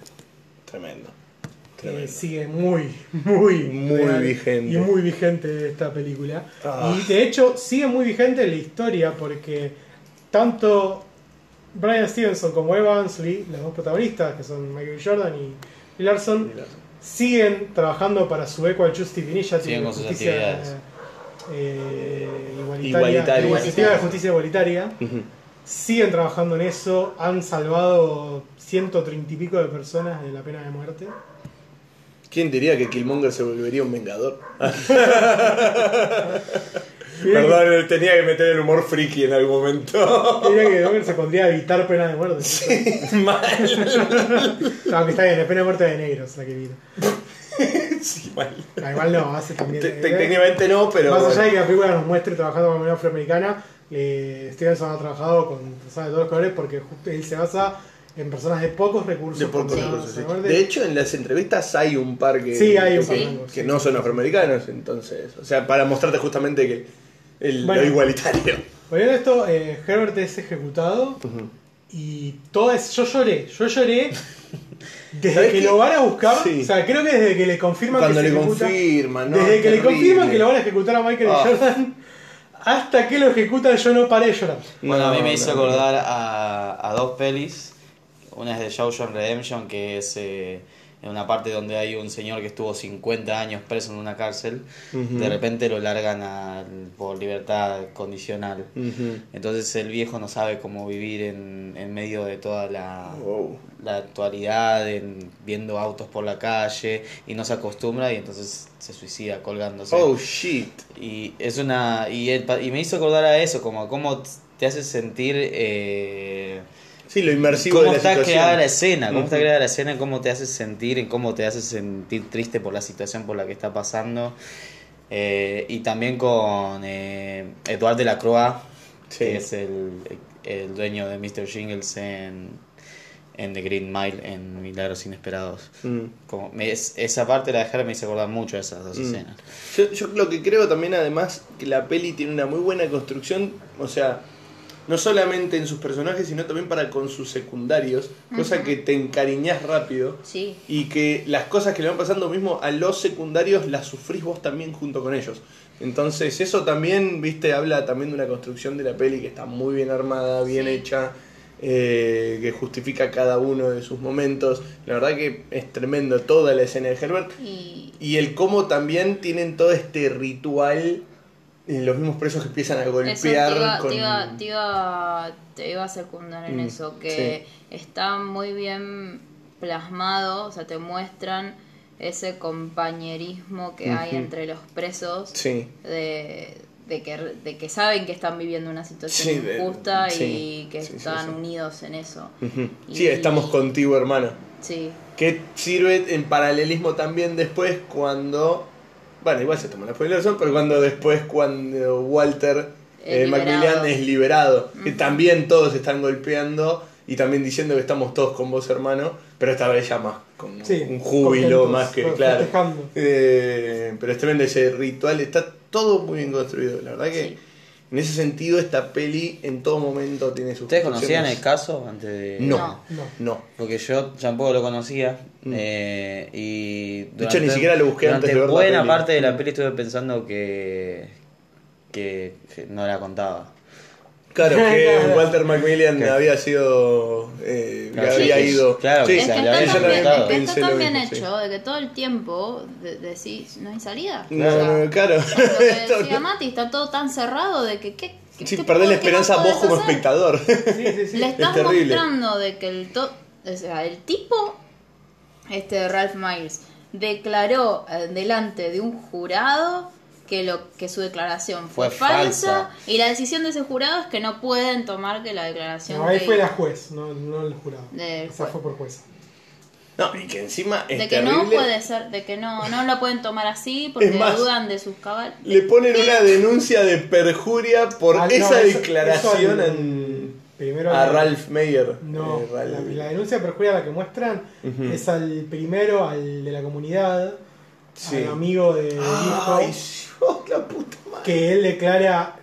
tremendo. Eh, Tremendo. sigue muy, muy, Muy vigente. Y muy vigente esta película. Ah. Y de hecho sigue muy vigente la historia porque tanto Brian Stevenson como Eva Ansley, los dos protagonistas, que son Michael Jordan y Larson, Mira. siguen trabajando para su Equal Justice Initiative, Siguen con sus justicia actividades. eh, igualitaria, Igualitaria. iniciativa de justicia igualitaria, Ujú. siguen trabajando en eso, han salvado 130 y pico de personas de la pena de muerte. ¿Quién diría que Killmonger se volvería un vengador? Mirá Perdón, tenía que meter el humor friki en algún momento. que- mirá que Dogger se pondría a evitar pena de muerte. No, que está bien, la pena de muerte de negros, la que evita. Sí, mal. No, igual no, hace también. eh, Te- Técnicamente no, pero. Más allá de bueno. que la película nos muestre trabajando con la comunidad afroamericana, eh, Stevenson ha trabajado con personas de todos los colores porque ju- él se basa en personas de pocos recursos. De, pocos como recursos, sí. Rosa Verde. De hecho, en las entrevistas hay un par que, Sí, hay un que, par, que sí. no son afroamericanos, entonces. O sea, para mostrarte justamente que el, Bueno. lo igualitario. Volviendo a esto, eh, Herbert es ejecutado y todo es. Yo lloré, yo lloré desde ¿Sabés que qué? lo van a buscar. Sí. O sea, creo que desde que le confirman Cuando que le se ejecuta- confirman, ¿no? Desde que le Terrible. confirman que lo van a ejecutar a Michael Ah. Jordan, hasta que lo ejecutan, yo no paré de llorar. Bueno, a mí No, me hizo no, no. acordar a, a dos pelis. Una es de Shawshank Redemption, que es eh, en una parte donde hay un señor que estuvo 50 años preso en una cárcel. De repente lo largan al- por libertad condicional. Ujú. Entonces el viejo no sabe cómo vivir en, en medio de toda la, Wow. la actualidad, en- viendo autos por la calle, y no se acostumbra y entonces se suicida colgándose. Oh shit. Y es una. Y, el pa- y me hizo acordar a eso, como a cómo te hace sentir. eh, Sí, lo inmersivo cómo de la está situación. creada la escena, cómo está Ujú. creada la escena, cómo te hace sentir, en cómo te hace sentir triste por la situación por la que está pasando. Eh, y también con eh, Eduard de la Croix, Sí. que es el, el dueño de Mr. Jingles en, en The Green Mile, en Milagros Inesperados. Mm. Como, me- es- esa parte de la dejar me hizo acordar mucho de esas dos Mm. escenas. Yo, yo lo que creo también, además, que la peli tiene una muy buena construcción, o sea, no solamente en sus personajes, sino también para con sus secundarios, cosa que te encariñas rápido Sí. y que las cosas que le van pasando mismo a los secundarios las sufrís vos también junto con ellos. Entonces, eso también, viste, habla también de una construcción de la peli que está muy bien armada, bien Sí. hecha. eh, que justifica cada uno de sus momentos. La verdad que es tremendo toda la escena de Herbert. Y Y el cómo también tienen todo este ritual. eh, Los mismos presos que empiezan a golpear. eso te iba, con... te, iba, te, iba, te iba a secundar en Mm, eso, que está muy bien plasmado, o sea, te muestran ese compañerismo que hay Ujú. entre los presos. Sí. de, de, que, de que saben que están viviendo una situación Sí, de- injusta sí, y que sí, sí, están sí. unidos en eso. Ujú. Y- Sí, estamos contigo, hermano. Sí, Que sirve en paralelismo también después cuando. Bueno, igual se toma la spoileración, pero cuando después, cuando Walter Es eh, Macmillan liberado. es liberado. Que Ujú. también todos están golpeando. y también diciendo que estamos todos con vos, hermano, pero esta vez ya más, con Sí, un júbilo contentos, más que, fe- claro. festejando. Eh, pero es tremendo ese ritual, está todo muy bien construido, la verdad que Sí. en ese sentido esta peli en todo momento tiene sus... ¿Ustedes conocían el funciones. caso antes de.? No, No. no. Porque yo tampoco lo conocía. eh, y Mm. De hecho, ni siquiera lo busqué antes de durante ver la buena peli. Mm. parte de la peli estuve pensando que. que que no la contaba. Claro, que Walter Macmillan Que- había sido. Eh, Claro, que había sí, que- ido. claro, sí, que Es que se yo le está había también tan bien, contado. es que pensé está lo bien mismo, sí. hecho de que todo el tiempo de- decís, no hay salida. O sea, No, no, no, claro. Lo que Esto decía no- Mati, está todo tan cerrado de que. ¿qué, qué- Sí, qué perdés la po- qué más esperanza vos podés como hacer? espectador. Sí, sí, sí. Le estás terrible. mostrando de que el, to- o sea, el tipo, este Ralph Myers, declaró eh, delante de un jurado que, lo, que su declaración fue, Fue falsa, falsa. y la decisión de ese jurado es que no pueden tomar que la declaración No, ahí de- fue la juez, no, no el jurado. Del o sea, juez. fue por jueza. No, y que encima es de que terrible. no puede ser, de que no, no lo pueden tomar así porque Es más, dudan de sus cabal. Le ponen una denuncia de perjuria por Ah, no, esa eso- declaración eso al- en- primero a al- Ralph Meyer. No, Eh, Ralph- la, la denuncia de perjuria la que muestran es al primero, al de la comunidad, Sí. Ah, al amigo de Ay, hijo, Dios, la puta madre. que él declara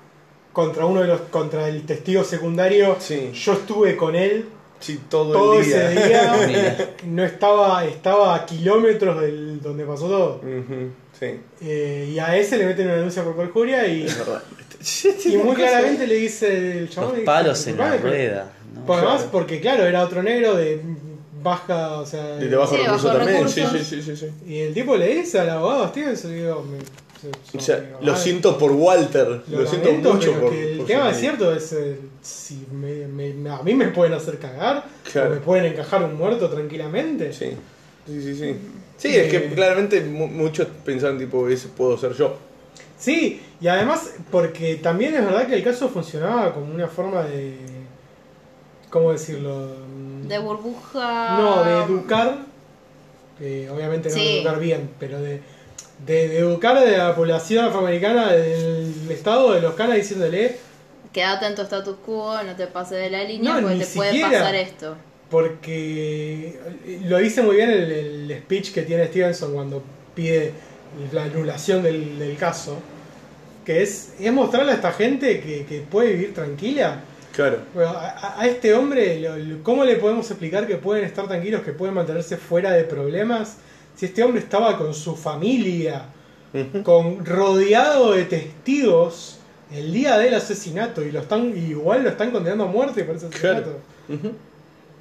contra uno de los, contra el testigo secundario, Sí. yo estuve con él Sí, todo, todo el día. ese día, Mira. no estaba, estaba a kilómetros del donde pasó todo. Ujú, sí, Eh, y a ese le meten una denuncia por perjuria y, es verdad. y muy claramente le dice el chabón. Los le dice, palos en la "Disculpame, pero- rueda. ¿no? Por además, Claro. porque claro, era otro negro de baja, o sea... Y de bajo Sí, de recurso bajo también. recurso. Sí, sí, sí, sí, sí. Y el tipo le dice al abogado Stevenson, digo, me- se- O yo sea, digo, lo "Ay, siento por Walter, lo, siento lamento, mucho pero por. que el por tema su es amigo. cierto, es eh, si me- me- me- a mí me pueden hacer cagar, Claro. o me pueden encajar un muerto tranquilamente. Sí, sí, sí. Sí, Sí, es que Eh. claramente mu- muchos pensaban, tipo, ese puedo ser yo. Sí, y además, porque también es verdad que el caso funcionaba como una forma de... ¿Cómo decirlo? Mm, De burbuja. No, de educar, eh, obviamente no Sí. de educar bien, pero de, de, de educar de la población afroamericana del estado de los canas diciéndole, Quédate en tu status quo, no te pases de la línea No, porque ni te siquiera. puede pasar esto. porque lo dice muy bien el, el speech que tiene Stevenson cuando pide la anulación del, del caso, que es, es mostrarle a esta gente que, que puede vivir tranquila. Claro. Bueno, a- a, a este hombre, lo- lo- ¿cómo le podemos explicar que pueden estar tranquilos, que pueden mantenerse fuera de problemas? Si este hombre estaba con su familia, con rodeado de testigos el día del asesinato y lo están y igual lo están condenando a muerte por ese Claro. asesinato.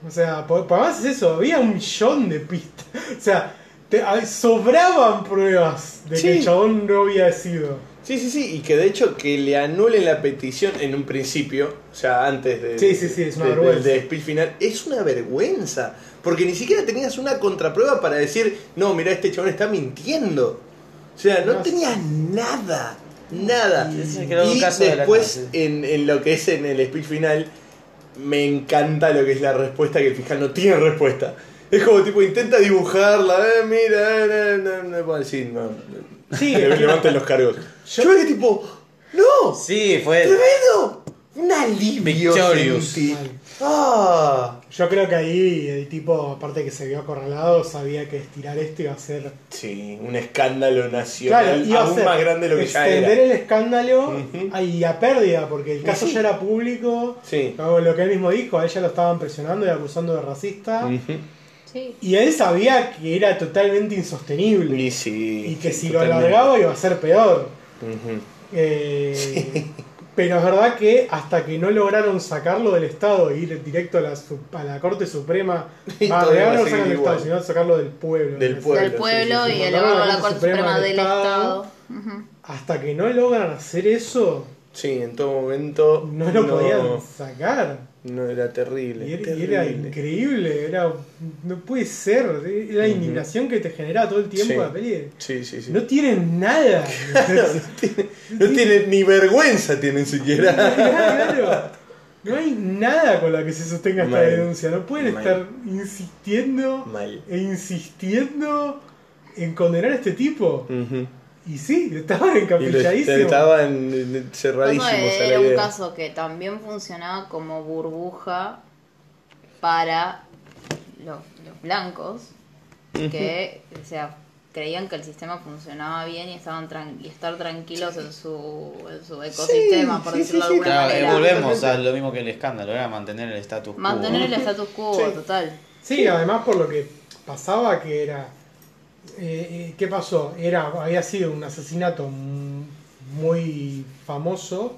O sea, por, por más es eso, había un millón de pistas. O sea, te- a- sobraban pruebas de que Sí. el chabón no había sido. Sí, sí, sí, y que de hecho que le anulen la petición en un principio, o sea, antes de, Sí, sí, sí, es una de- de- vergüenza. del speech final, es una vergüenza, porque ni siquiera tenías una contraprueba para decir, no, mira, este chabón está mintiendo. O sea, no, No. tenías nada, nada. Sí, sí, Y, creo que un caso de la después, casa, sí. en, en lo que es en el speech final, me encanta lo que es la respuesta, que el fiscal no tiene respuesta. Es como tipo, intenta dibujarla, eh, mira, eh, no, no, no, bueno, sí, no, no. Sí, Le- levanten los cargos. Yo, era tipo, ¡no! Sí, fue. ¡Tremendo! Un alivio. Victorious. sentí. ¡Ah! Yo creo que ahí el tipo, aparte que se vio acorralado, sabía que estirar esto iba a ser Sí, un escándalo nacional Claro, iba a aún ser más grande de lo que ya extender era. el escándalo Ujú. a- y a pérdida, porque el Y caso sí. ya era público. Sí. Como lo que él mismo dijo, a ella lo estaban presionando y acusando de racista. Ujú. Sí. Y él sabía que era totalmente insostenible. Y sí. Y que si lo totalmente. alargaba iba a ser peor. Ujú. Eh, Pero es verdad que hasta que no lograron sacarlo del Estado e ir directo a la, su- a la Corte Suprema, Y va, no todavía va a lo seguir sacan del igual. Estado, sino sacarlo del pueblo. Del Es- pueblo. Del sí, pueblo sí, y sí. elevarlo a la Corte Suprema del Estado. Ujú. Hasta que no logran hacer eso, Sí, en todo momento. no lo podían sacar. No, era terrible. Y era, y terrible. era increíble, era, no puede ser, era la indignación que te genera todo el tiempo Sí. la peli. Sí, sí, sí. No tienen nada. No tienen ni vergüenza, tienen siquiera. Claro, No hay nada con la que se sostenga esta Mal. denuncia. No pueden Mal. estar insistiendo Mal. e insistiendo en condenar a este tipo. Ujú. Y sí, estaban Y lo- encaprichadísimos. estaban eh, cerradísimos. Todo a la era un idea. caso que también funcionaba como burbuja para los, los blancos que o sea, creían que el sistema funcionaba bien y estaban tran- y estar tranquilos en su, en su ecosistema, por sí, decirlo sí, sí, de alguna claro, eh, manera. volvemos a lo mismo que el escándalo, era mantener el status quo. Mantener el status quo, Sí. total. Sí, además por lo que pasaba que era... eh, eh, ¿Qué pasó? Era, había sido un asesinato mm, muy famoso,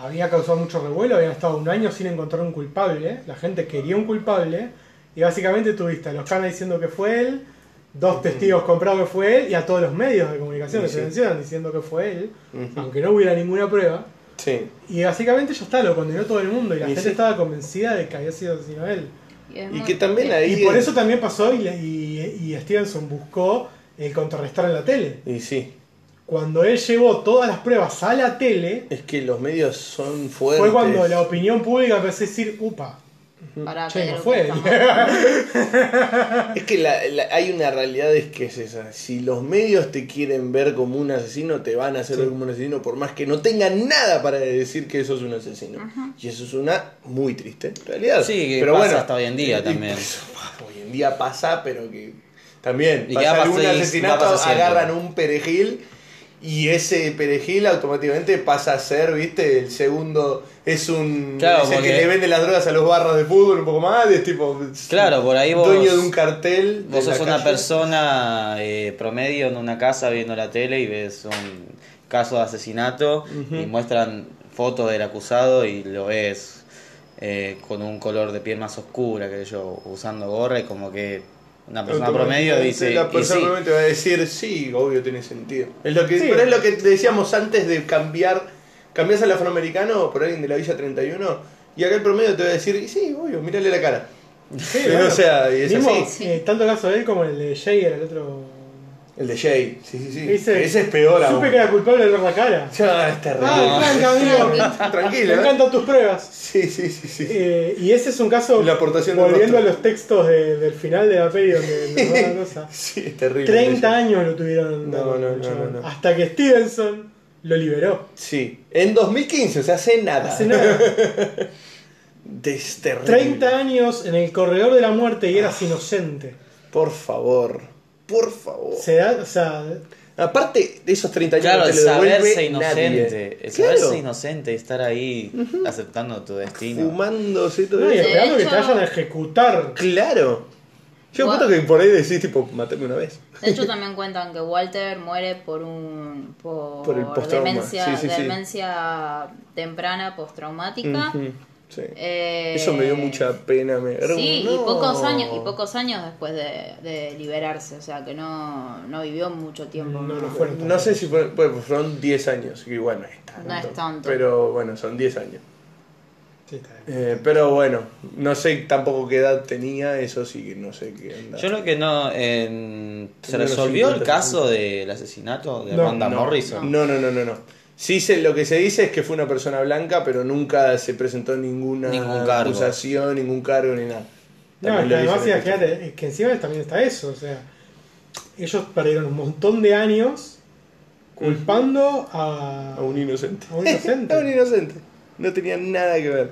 había causado mucho revuelo, habían estado un año sin encontrar un culpable, la gente quería un culpable, y básicamente tuviste a los canas diciendo que fue él, dos testigos comprados que fue él, y a todos los medios de comunicación que Sí, se sí. mencionan diciendo que fue él, Ujú. aunque no hubiera ninguna prueba. Sí. Y básicamente ya está, lo condenó todo el mundo y la Y gente sí. estaba convencida de que había sido asesinado él. Y, es Y muy- que también ahí. Y por eso también pasó y, y- y Stevenson buscó el contrarrestar en la tele. Y sí. Cuando él llevó todas las pruebas a la tele, Es que los medios son fuertes. fue cuando la opinión pública empezó a decir, upa, Pará, que che, no creo fue que él. está mal. Es que la- la- hay una realidad es que es esa. Si los medios te quieren ver como un asesino, te van a hacer ver como un asesino por más que no tengan nada para decir que eso es un asesino. Y eso es una muy triste realidad. Sí, que pero pasa bueno, hasta hoy en día y- y también. pues, hoy en día pasa, pero que también Y que va a pasa un pasar- asesinato, va a pasar siempre. agarran un perejil y ese perejil automáticamente pasa a ser, viste, el segundo es un Claro, es el que porque- le vende las drogas a los barros de fútbol un poco más, es tipo Claro, por ahí vos- dueño de un cartel. de Vos la sos una calle. persona eh, promedio en una casa viendo la tele y ves un caso de asesinato y muestran fotos del acusado y lo ves eh, con un color de piel más oscura, que yo, usando gorra y como que una persona promedio Automáticamente dice... La y persona sí, promedio te va a decir, sí, obvio, tiene sentido. Es lo que, Sí. Pero es lo que decíamos antes de cambiar. Cambias al afroamericano por alguien de la Villa 31 y acá el promedio te va a decir, y sí, obvio, mírale la cara. Sí, Pero, bueno, o sea, y es mismo, así. Sí. eh, tanto el caso de él como el de Jaeger, el otro... El de Jay. Sí, sí, sí. Ese- Ese, es peor aún. Supe que era culpable de ver la cara. Ya, es terrible. Ah, tranca, amigo. Me Tranquilo. ¿eh? encantan tus pruebas. Sí, sí, sí, sí. Eh, y ese es un caso, La aportación del volviendo a rostro. los textos de- del final de la peli donde nos va la cosa. Sí, es terrible. 30 años lo tuvieron. No, no, no, chabón. no, no. Hasta que Stevenson lo liberó. Sí. En 2015, o sea, hace nada. Hace nada. Es terrible. 30 años en el corredor de la muerte y Ah. eras inocente. Por favor. Por favor. Se da, o sea, Aparte de esos 30 años Claro, no el te lo devuelve saberse inocente, nadie. el Claro. saberse inocente, estar ahí aceptando tu destino. Fumándose todo no, y eso. es- esperando que te hecho- vayan a ejecutar. Claro. Yo Gua- apuesto que por ahí decís, tipo, matame una vez. De hecho, también cuentan que Walter muere por un por, Por el post-trauma. demencia, Sí, sí, sí. demencia temprana postraumática. Ujú, sí. Eh, Eso me dio mucha pena. Me... era Sí, como, y no. pocos años y pocos años después de, de liberarse, o sea que no, no vivió mucho tiempo. No, no fueron tanto. No sé si fue- bueno, pues fueron 10 años, que igual no es tanto. No es tanto. Pero bueno, son 10 años. Sí, está bien. Eh, pero bueno, no sé tampoco qué edad tenía, eso sí que no sé qué onda. Yo lo que no... eh, ¿Se Tenía los resolvió el 50, caso del asesinato de No, Ronda no, Morrison? No, no, no, no, no. Sí se, lo que se dice es que fue una persona blanca, pero nunca se presentó ninguna Ningún cargo. acusación, ningún cargo ni nada. No, También es que lo además, dicen en el fíjate, es que encima también está eso. O sea, ellos perdieron un montón de años culpando a, A un inocente. A un inocente. A un inocente. No tenía nada que ver.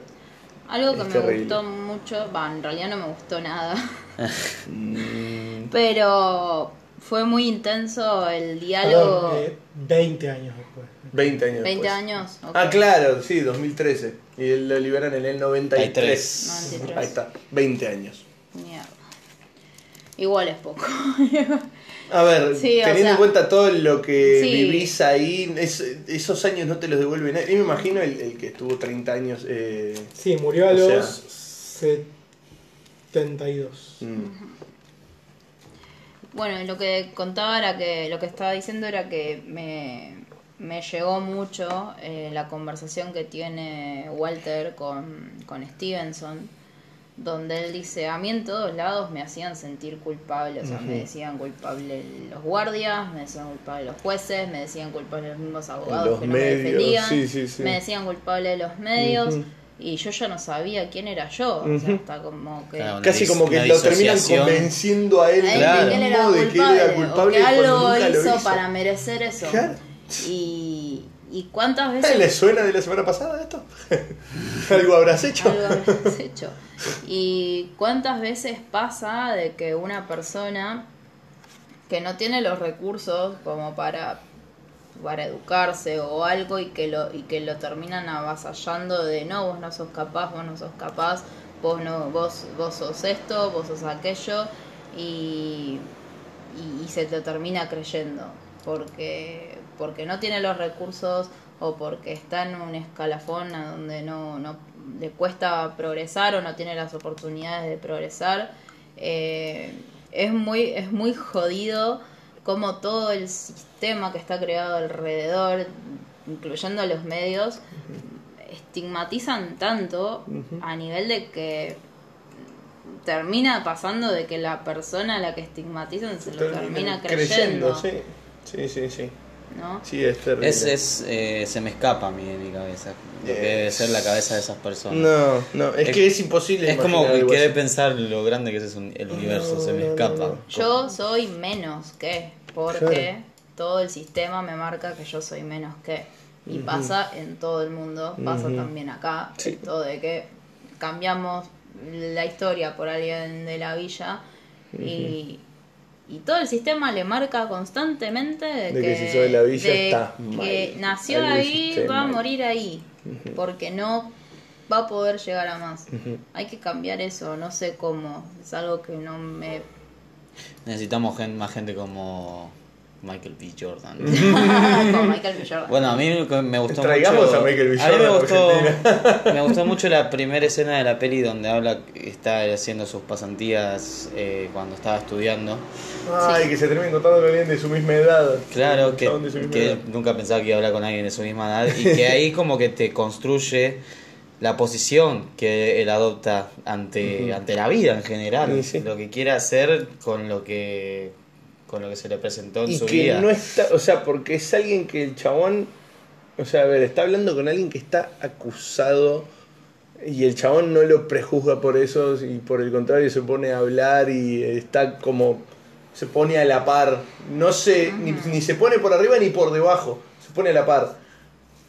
Algo que Es me terrible. gustó mucho, va, en realidad no me gustó nada, Mm, pero fue muy intenso el diálogo. perdón, eh, 20 años después. 20 años. 20 después. años. ok. Ah, claro, sí, 2013. Y él lo liberan en el 93. 93. Ahí está, 20 años. Mierda. Igual es poco. A ver, Sí, o teniendo sea- en cuenta todo lo que Sí. vivís ahí, es- esos años no te los devuelven. nadie. Y me imagino el, el que estuvo 30 años. eh, Sí, murió a O sea- los 72. mm, Bueno, y lo que contaba era que lo que estaba diciendo era que me, me llegó mucho eh, la conversación que tiene Walter con, con Stevenson, donde él dice, a mí en todos lados me hacían sentir culpable, o sea, me decían culpable los guardias, me decían culpable los jueces, me decían culpable los mismos abogados Los que no medios, me defendían, sí, sí, sí. me decían culpable los medios. Ujú. Y yo ya no sabía quién era yo, o sea, está como que... Claro, Casi dis- como que una lo terminan disociación. convenciendo a él, Ahí Claro. que él mismo era de que él culpable, era culpable o que cuando algo nunca hizo, lo para merecer eso. Claro. Y, ¿Y cuántas Eh, veces ¿Le suena de la semana pasada esto? ¿Algo habrás hecho? algo habrás hecho? ¿Y cuántas veces pasa de que una persona que no tiene los recursos como para, para educarse o algo y que, lo, y que lo terminan avasallando de no, vos no sos capaz, vos no sos capaz, vos, no, vos, vos sos esto, vos sos aquello y, y, y se te termina creyendo porque porque no tiene los recursos o porque está en un escalafón a donde no, no le cuesta progresar o no tiene las oportunidades de progresar Eh, es muy es muy jodido como todo el sistema que está creado alrededor incluyendo los medios estigmatizan tanto a nivel de que termina pasando de que la persona a la que estigmatizan se lo termina creyendo, sí. Sí, sí, sí. ¿no? Sí, es terrible. Es, es, eh, se me escapa a mí en mi cabeza. Lo que debe ser la cabeza de esas personas. No, no, es, Es- que es imposible. Es como imaginar que algo quiere así. pensar lo grande que es un- el universo, se me no, no, escapa. no. Yo soy menos que, porque Claro. todo el sistema me marca que yo soy menos que. Y pasa en todo el mundo, pasa también acá, esto de que cambiamos la historia por alguien de la villa y, y todo el sistema le marca constantemente de, De que si sos de la villa de está que mal. nació Algo ahí, hiciste va a mal. morir ahí, porque no va a poder llegar a más. Hay que cambiar eso, no sé cómo, es algo que no me Necesitamos gen- más gente como Michael B. Jordan. con Michael B. Jordan. Bueno, a mí me- me gustó Traigamos mucho. a Michael B. mí me Jordan a gustó, me gustó mucho la primera escena de la peli donde habla está haciendo sus pasantías eh, cuando estaba estudiando. Ay, que se termina encontrando con alguien de su misma edad. Claro, Un que, chabón de su misma que edad. nunca pensaba que iba a hablar con alguien de su misma edad y que ahí como que te construye la posición que él adopta ante, ante la vida en general, Sí, sí. lo que quiere hacer con lo que con lo que se le presentó en Y su que vida. no está, o sea, porque es alguien que el chabón, o sea, a ver, está hablando con alguien que está acusado y el chabón no lo prejuzga por eso y por el contrario se pone a hablar y está como, se pone a la par, no se, ni, ni se pone por arriba ni por debajo, se pone a la par.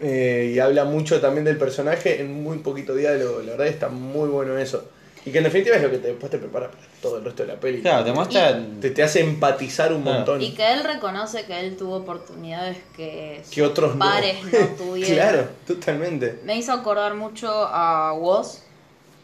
Eh, y habla mucho también del personaje en muy poquito diálogo, la verdad está muy bueno eso. Y que en definitiva es lo que te- después te prepara para todo el resto de la peli. Claro, te muestra Te, te hace empatizar un Claro. montón. Y que él reconoce que él tuvo oportunidades que sus que otros no. pares no, tuvieron. claro, totalmente. Me hizo acordar mucho a Woz,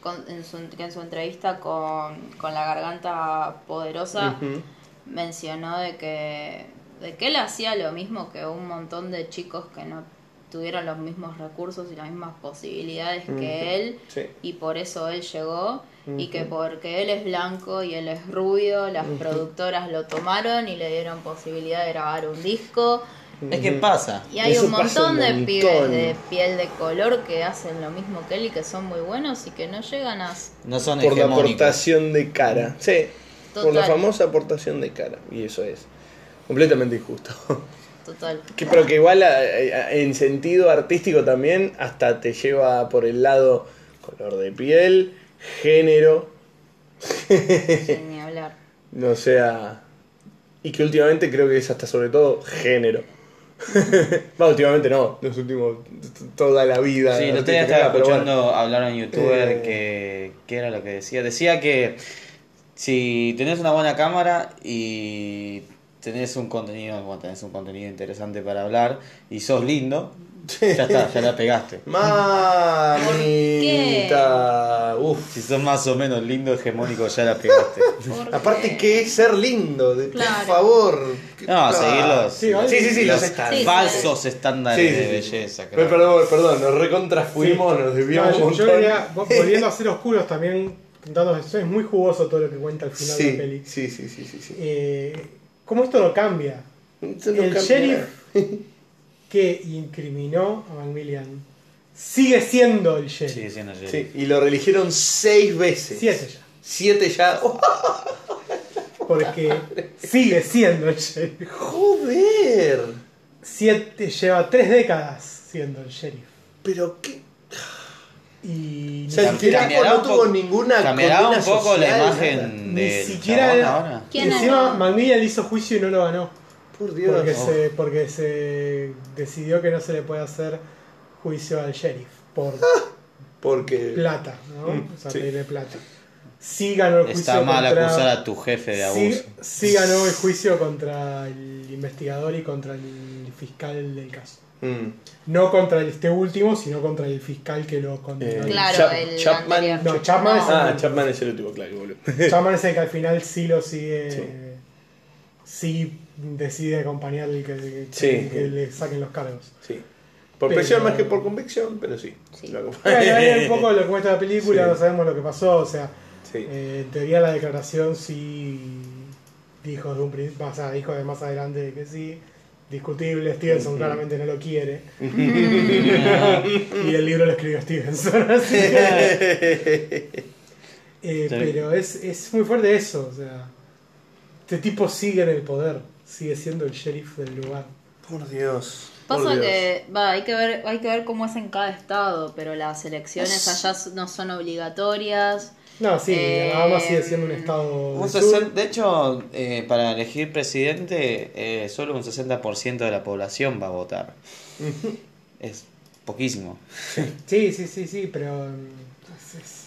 con- en su, que en su entrevista con, con La Garganta Poderosa Ujú. mencionó de que, de que él hacía lo mismo que un montón de chicos que no tuvieron los mismos recursos y las mismas posibilidades que él. Sí. y por eso él llegó y que porque él es blanco y él es rubio, las productoras lo tomaron y le dieron posibilidad de grabar un disco. es que pasa. Y hay Eso un pasa un montón de montón. pibes de piel de color que hacen lo mismo que él y que son muy buenos y que no llegan a... No son Por la hegemónicos. aportación de cara. Sí. Por la Total. famosa aportación de cara. Y eso es completamente injusto. Total. Que- pero que igual a- a- en sentido artístico también hasta te lleva por el lado color de piel, género, Sin ni hablar. no sea... Y que últimamente creo que es hasta sobre todo género. Va, últimamente no, los últimos, t- toda la vida. Sí, lo tenía artística, estaba pero bueno. escuchando hablar a un youtuber Eh. que, que era lo que decía. Decía que si tenés una buena cámara y tenés un contenido, bueno, tenés un contenido interesante para hablar y sos lindo, ya está, ya la pegaste. Mamita. Uf. Si sos más o menos lindo, hegemónico, ya la pegaste. Porque- Aparte que es ser lindo, de- por Claro. favor. No, seguirlos. Sí, vale. Ah, Sí, sí, sí, los los estándares. Sí, falsos Sí, estándares sí, de sí. belleza. Pero, creo. Perdón, perdón, nos recontra fuimos, nos desviamos No, yo- un yo montón. quería- vo- volviendo a ser oscuros también, contando eso, es muy jugoso todo lo que cuenta al final de la sí, peli. sí, sí, sí, sí, sí. Eh, ¿Cómo esto no cambia? Esto no el cambia sheriff que incriminó a Macmillan sigue siendo el sheriff. Sigue siendo yo. nada. Sí, y lo reeligieron seis veces. Siete ya. Siete ya. ¡Oh, Porque sigue siendo el sheriff. joder. Siete, lleva tres décadas siendo el sheriff. Pero qué. Y O ni sea, el siquiera- tipo no un poco- tuvo ninguna Cambiará un condena poco social, la ¿eh? nada. imagen Ni de siquiera. ahora. ¿Quién Encima, ganó? Macmillan le hizo juicio y no lo ganó. Por Dios. Porque, Oh. se, porque se decidió que no se le puede hacer juicio al sheriff por Porque. plata, ¿no? o sea, sí. pedirle plata. Sí ganó el juicio Mm, Está mal contra- acusar a tu jefe de sí- abuso. sí ganó el juicio contra el investigador y contra el fiscal del caso. Mm. No contra este último, sino contra el fiscal que lo condenó. Eh, Claro, Chap- el Chapman- anterior. No, Chapman es- Ah, Chapman es el último, claro, boludo. Chapman es el que al final sí lo sigue. Sí. Sí decide acompañar el que, que- Sí. que le saquen los cargos. Sí. Por Pero- presión más que por convicción, pero sí. Sí. Lo Bueno, acompaña. ahí hay un poco lo que muestra la película, Sí. no sabemos lo que pasó, o sea, Sí. eh, en teoría la declaración sí dijo de un principio, o sea, dijo de más adelante que sí, discutible, Stevenson claramente no lo quiere. Mm. y el libro lo escribió Stevenson, así que- Eh, Sí. Pero es, es muy fuerte eso, o sea, este tipo sigue en el poder, sigue siendo el sheriff del lugar. Por Dios. por Pasa Dios. que va, hay que ver, hay que ver cómo es en cada estado, pero las elecciones allá s- no son obligatorias. No, sí, Eh, Alabama sigue siendo un estado... Un del 60 sur. de hecho, eh, para elegir presidente, eh, solo un 60% de la población va a votar. es poquísimo. Sí, sí, sí, sí, pero. mm, es- es-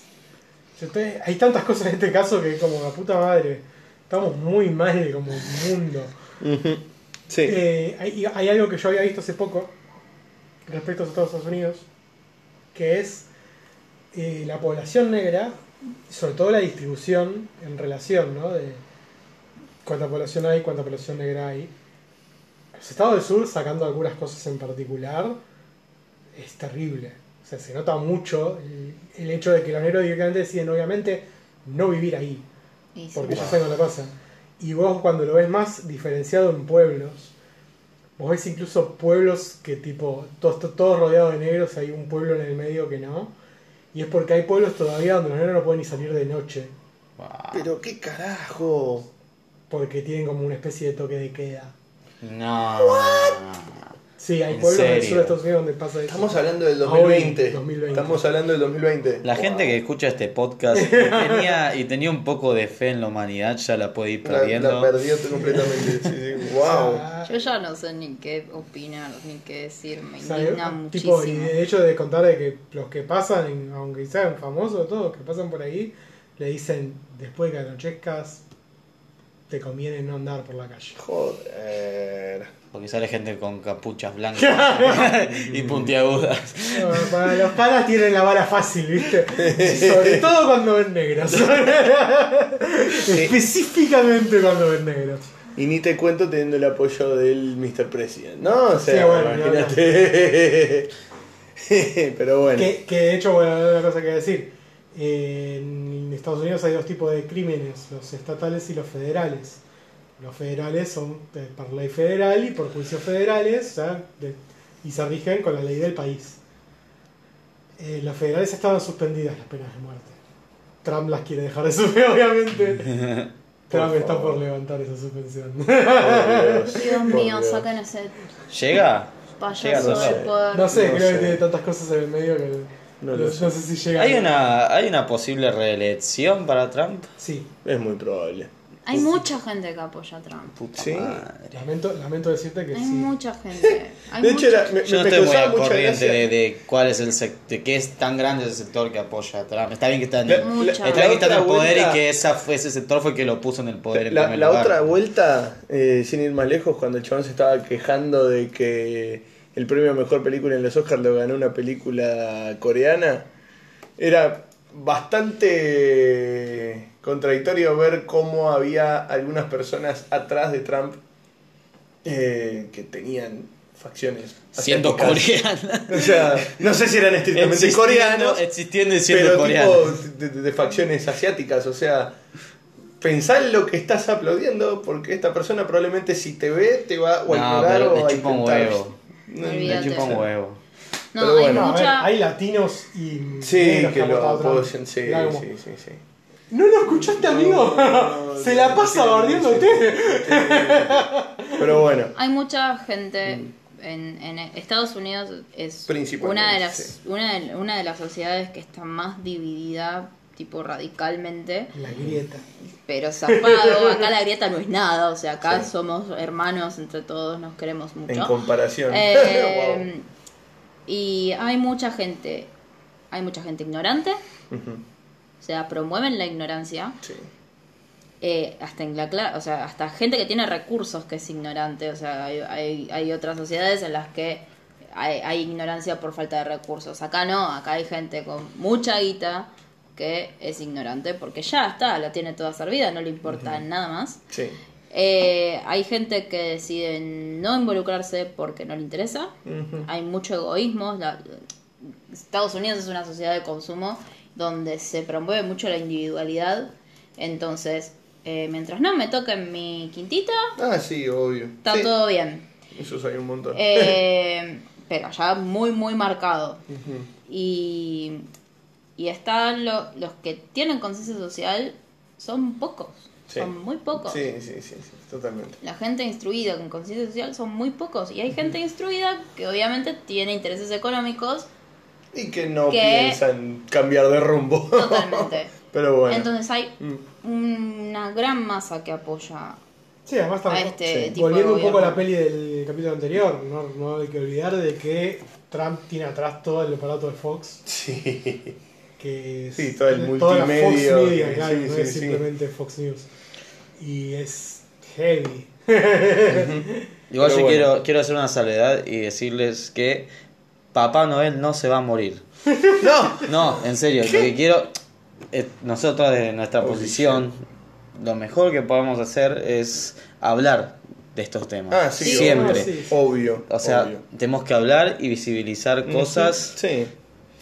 yo estoy- hay tantas cosas en este caso que, como la puta madre, estamos muy mal como mundo. Sí. Eh, hay, hay algo que yo había visto hace poco respecto a Estados Unidos, que es eh, la población negra, sobre todo la distribución en relación, ¿no? De cuánta población hay, cuánta población negra hay. Los estados del sur, sacando algunas cosas en particular, es terrible. O sea, se nota mucho el, el hecho de que los negros directamente deciden, obviamente, no vivir ahí Y sí. porque ya saben lo que pasa. Y vos cuando lo ves más diferenciado en pueblos, vos ves incluso pueblos que tipo, todos todo, rodeados de negros, hay un pueblo en el medio que no. Y es porque hay pueblos todavía donde los negros no pueden ni salir de noche, Pero qué carajo. porque tienen como una especie de toque de queda. No. Sí, hay ¿En pueblos del serio? sur de Estados Unidos donde pasa eso. Estamos hablando del Hoy, 2020. 2020. Estamos hablando del 2020. La gente que escucha este podcast y tenía, y tenía un poco de fe en la humanidad ya la puede ir la, perdiendo. la perdió completamente. Sí, sí. Wow. Ah, Yo ya no sé ni qué opinar, ni qué decir, me o sea, indigna Ah, tipo, muchísimo. y de hecho de contar de que los que pasan, aunque sean famosos todos, que pasan por ahí, le dicen, después de que anochezcas, te conviene no andar por la calle. Joder. Porque sale gente con capuchas blancas y puntiagudas. No, para los caras tienen la vara fácil, ¿viste? Sobre todo cuando ven negros. Específicamente cuando ven negros. Y ni te cuento teniendo el apoyo del Mr. President. No, o sea, Sí, bueno, imagínate. Pero bueno. Que, que de hecho, bueno, hay una cosa que decir. Eh, En Estados Unidos hay dos tipos de crímenes, los estatales y los federales. Los federales son eh, por ley federal y por juicios federales o sea, de- y se rigen con la ley del país. Eh, las federales estaban suspendidas las penas de muerte. Trump las quiere dejar de subir, obviamente. Trump está favor. por levantar esa suspensión. Por Dios, Dios por mío, Dios. sacan ese ¿Llega? payaso Llega, no del sé. poder. No sé, No creo sé. que tiene tantas cosas en el medio que No no, lo no sé. sé si llega. ¿Hay una, ¿Hay una posible reelección para Trump? Sí, Es muy probable. Hay mucha gente que apoya a Trump. Puta Sí. madre. lamento, lamento decirte que Hay sí. mucha gente. Hay De hecho, mucha- era, me, Yo no me estoy muy causaba al mucha corriente gracia. de, de cuál es el sec- de qué es tan grande el sector que apoya a Trump. Está bien que está en el, Mucha. está bien que está en el otra poder vuelta- y que esa fue, ese sector fue el que lo puso en el poder en La, primer la lugar. otra vuelta, eh, sin ir más lejos, cuando el chabón se estaba quejando de que el premio a mejor película en los Oscars lo ganó una película coreana, era bastante contradictorio ver cómo había algunas personas atrás de Trump eh, que tenían facciones. Siendo asiáticas. coreana. O sea, no sé si eran estrictamente Existiendo- coreanos, Existiendo y siendo pero coreana. tipo de, de- de facciones asiáticas, o sea, pensá en lo que estás aplaudiendo, porque esta persona probablemente si te ve te va o a No, ignorar pero o a le chupa un intentar. huevo. No, Olvídate. Me chupa un huevo. No, pero hay No, bueno, a ver, mucha. hay latinos y. Sí, negros que lo apostaban a Trump. apoyen, sí, Era como, sí, sí, sí. No lo escuchaste, amigo. No, Se la pasa no, bardeando sí, usted. Pero bueno, Hay mucha gente en, en Estados Unidos es Principalmente, una de las sí. una, de, una de las sociedades que está más dividida tipo radicalmente, La grieta. pero zafado. Acá la grieta no es nada, o sea, acá somos hermanos entre todos, nos queremos mucho. En comparación. Eh, Y hay mucha gente, hay mucha gente ignorante, Wow. Ujú, o sea, promueven la ignorancia. sí. eh, hasta en la cla- o sea, hasta gente que tiene recursos que es ignorante, o sea, hay, hay, hay otras sociedades en las que hay, hay ignorancia por falta de recursos. Acá no, acá hay gente con mucha guita que es ignorante porque ya está, la tiene toda servida, no le importa nada más. Sí. Eh, hay gente que decide no involucrarse porque no le interesa. Ujú. Hay mucho egoísmo. La- Estados Unidos es una sociedad de consumo donde se promueve mucho la individualidad. Entonces, eh, mientras no me toquen mi quintita, Ah, sí, obvio. está Sí, todo bien. Eso hay un montón. Eh, pero ya muy, muy marcado. Y, y están lo- los que tienen conciencia social, son pocos. Sí. Son muy pocos. Sí, sí, sí, sí, totalmente. La gente instruida con conciencia social son muy pocos. Y hay gente instruida que obviamente tiene intereses económicos Y que no Que- piensan cambiar de rumbo. totalmente. Pero bueno. Entonces hay Mm. una gran masa que apoya. Sí, además A también. este Sí. tipo Volviendo de un poco a gobierno. la peli del capítulo anterior, no, no hay que olvidar de que Trump tiene atrás todo el aparato de Fox, Sí. que es Sí, todo el toda la Fox multimedia, Media, sí, claro, sí, no sí, es sí. simplemente Fox News. Y es heavy. Igual Pero yo bueno. quiero, quiero hacer una salvedad y decirles que Papá Noel no se va a morir. ¡No! No, en serio, lo que quiero, eh, nosotros desde nuestra posición, lo mejor que podemos hacer es hablar de estos temas. Ah, sí, siempre. obvio. Sí. Obvio. O sea, obvio. tenemos que hablar y visibilizar cosas Sí.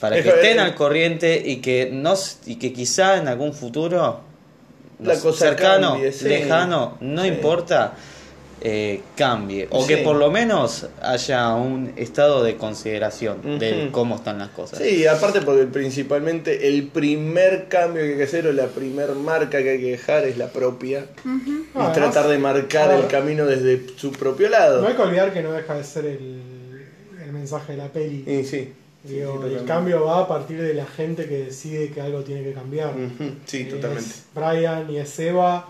para Es que lo- estén es- al corriente y que no s- y que quizá en algún futuro no La sé, cosa cercano, cambie, sí. lejano, no Sí. importa, eh, cambie. O Sí. que por lo menos haya un estado de consideración de Ujú. cómo están las cosas. Sí, aparte porque principalmente el primer cambio que hay que hacer o la primer marca que hay que dejar es la propia. Y Además, tratar de marcar claro. el camino desde su propio lado. No hay que olvidar que no deja de ser el, el mensaje de la peli. Y sí. Digo, Sí, sí, el totalmente. cambio va a partir de la gente que decide que algo tiene que cambiar. Ujú, Mm, Sí, Es totalmente. Brian y es Eva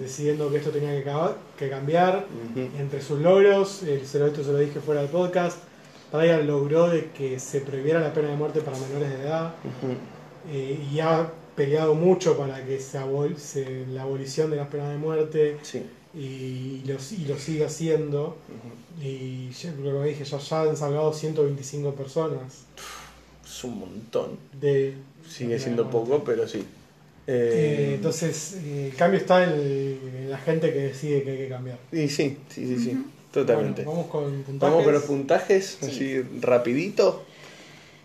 decidiendo que esto tenía que, ca- que cambiar. Ujú. Entre sus logros, eh, se lo, esto se lo dije fuera del podcast, Brian logró de que se prohibiera la pena de muerte para menores de edad Ujú. eh, y ha peleado mucho para que se, abol- se- la abolición de las penas de muerte Sí. y lo, y lo sigue haciendo. Y ya, como dije, ya, ya han salvado 125 personas Es un montón. de... Sigue siendo poco, pero sí. Eh, Eh, entonces, eh, el cambio está en, en la gente que decide que hay que cambiar. Y sí, sí, sí, sí. Totalmente. Bueno, vamos con puntajes. Vamos con los puntajes, así rapidito.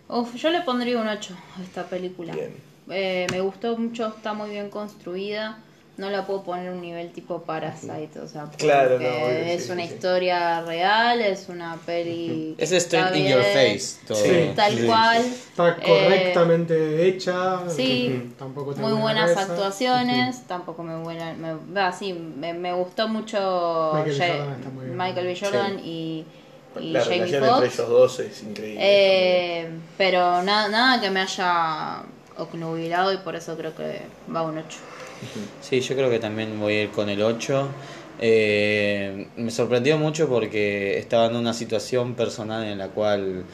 Uf, yo le pondría un 8 a esta película. Bien. Eh, me gustó mucho, está muy bien construida. No la puedo poner un nivel tipo Parasite, o sea, porque Claro, no, obvio, es sí, una sí, sí. historia real, es una peli. que Es está straight in your bien, face. Todo. Sí. Tal cual. Está Eh, correctamente hecha. sí. Tampoco tiene Muy buena buenas cabeza. actuaciones, tampoco me buena, me, ah, sí, me, me gustó mucho Michael B. Ja- Jordan está muy bien. Michael B. Jordan y, y La Jamie relación entre Foxx. ellos dos es increíble. Eh, pero nada, nada que me haya obnubilado y por eso creo que va un 8. Sí, yo creo que también voy a ir con el 8. Eh, me sorprendió mucho porque estaba en una situación personal en la cual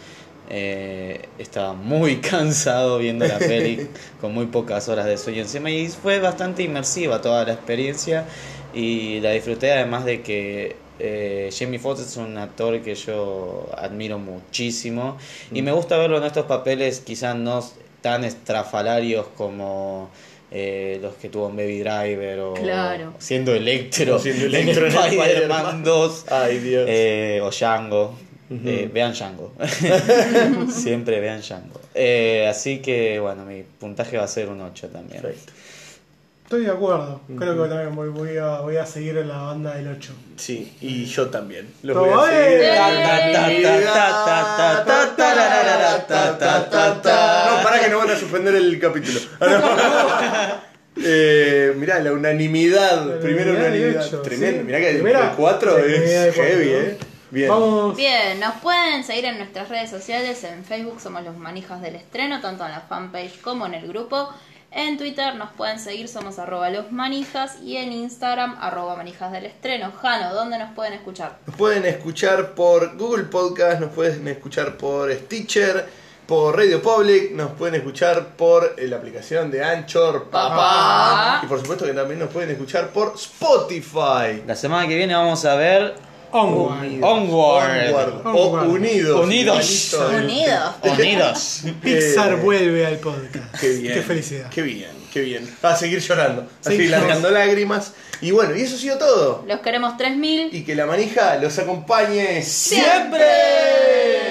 eh, estaba muy cansado viendo la peli con muy pocas horas de sueño encima y fue bastante inmersiva toda la experiencia y la disfruté además de que eh, Jamie Foxx es un actor que yo admiro muchísimo Mm. y me gusta verlo en estos papeles quizás no tan estrafalarios como eh, los que tuvo en Baby Driver o Claro. siendo Electro, O siendo Electro en en Spider-Man Spider-Man. Ah, 2 Ay, Dios. eh, o Django. Eh, vean Django. Siempre vean Django. Eh, así que, bueno, mi puntaje va a ser un 8 también. Perfecto. Estoy de acuerdo. Creo que también voy, voy a, voy a seguir en la banda del 8. Sí, y yo también. Los Todo voy a bien. seguir. No, No, para que no van a suspender el capítulo. Ah, no. Eh, mirá, la unanimidad. La Primero unanimidad de unanimidad. ocho, Tremendo. sí. Mirá que Primera, el 4 la unanimidad de es cuatro, heavy, ¿no? ¿eh? Bien. Vamos. Bien, nos pueden seguir en nuestras redes sociales, en Facebook somos los manijas del estreno, tanto en la fanpage como en el grupo. En Twitter nos pueden seguir, somos arroba los manijas y en Instagram arroba manijas del estreno. Jano, ¿dónde nos pueden escuchar? Nos pueden escuchar por Google Podcast, nos pueden escuchar por Stitcher, por Radio Public, nos pueden escuchar por eh, la aplicación de Anchor, Papá. Y por supuesto que también nos pueden escuchar por Spotify. La semana que viene vamos a ver Onward. Onward. Onward. O Onward. Unidos. Unidos. Unidos. Unidos. Pixar Eh, vuelve al podcast. Qué bien. felicidad. Qué bien, qué bien. Va a seguir llorando. Así, Seguimos. largando lágrimas. Y bueno, y eso ha sido todo. Los queremos 3000. Y que la manija los acompañe ¡Siempre!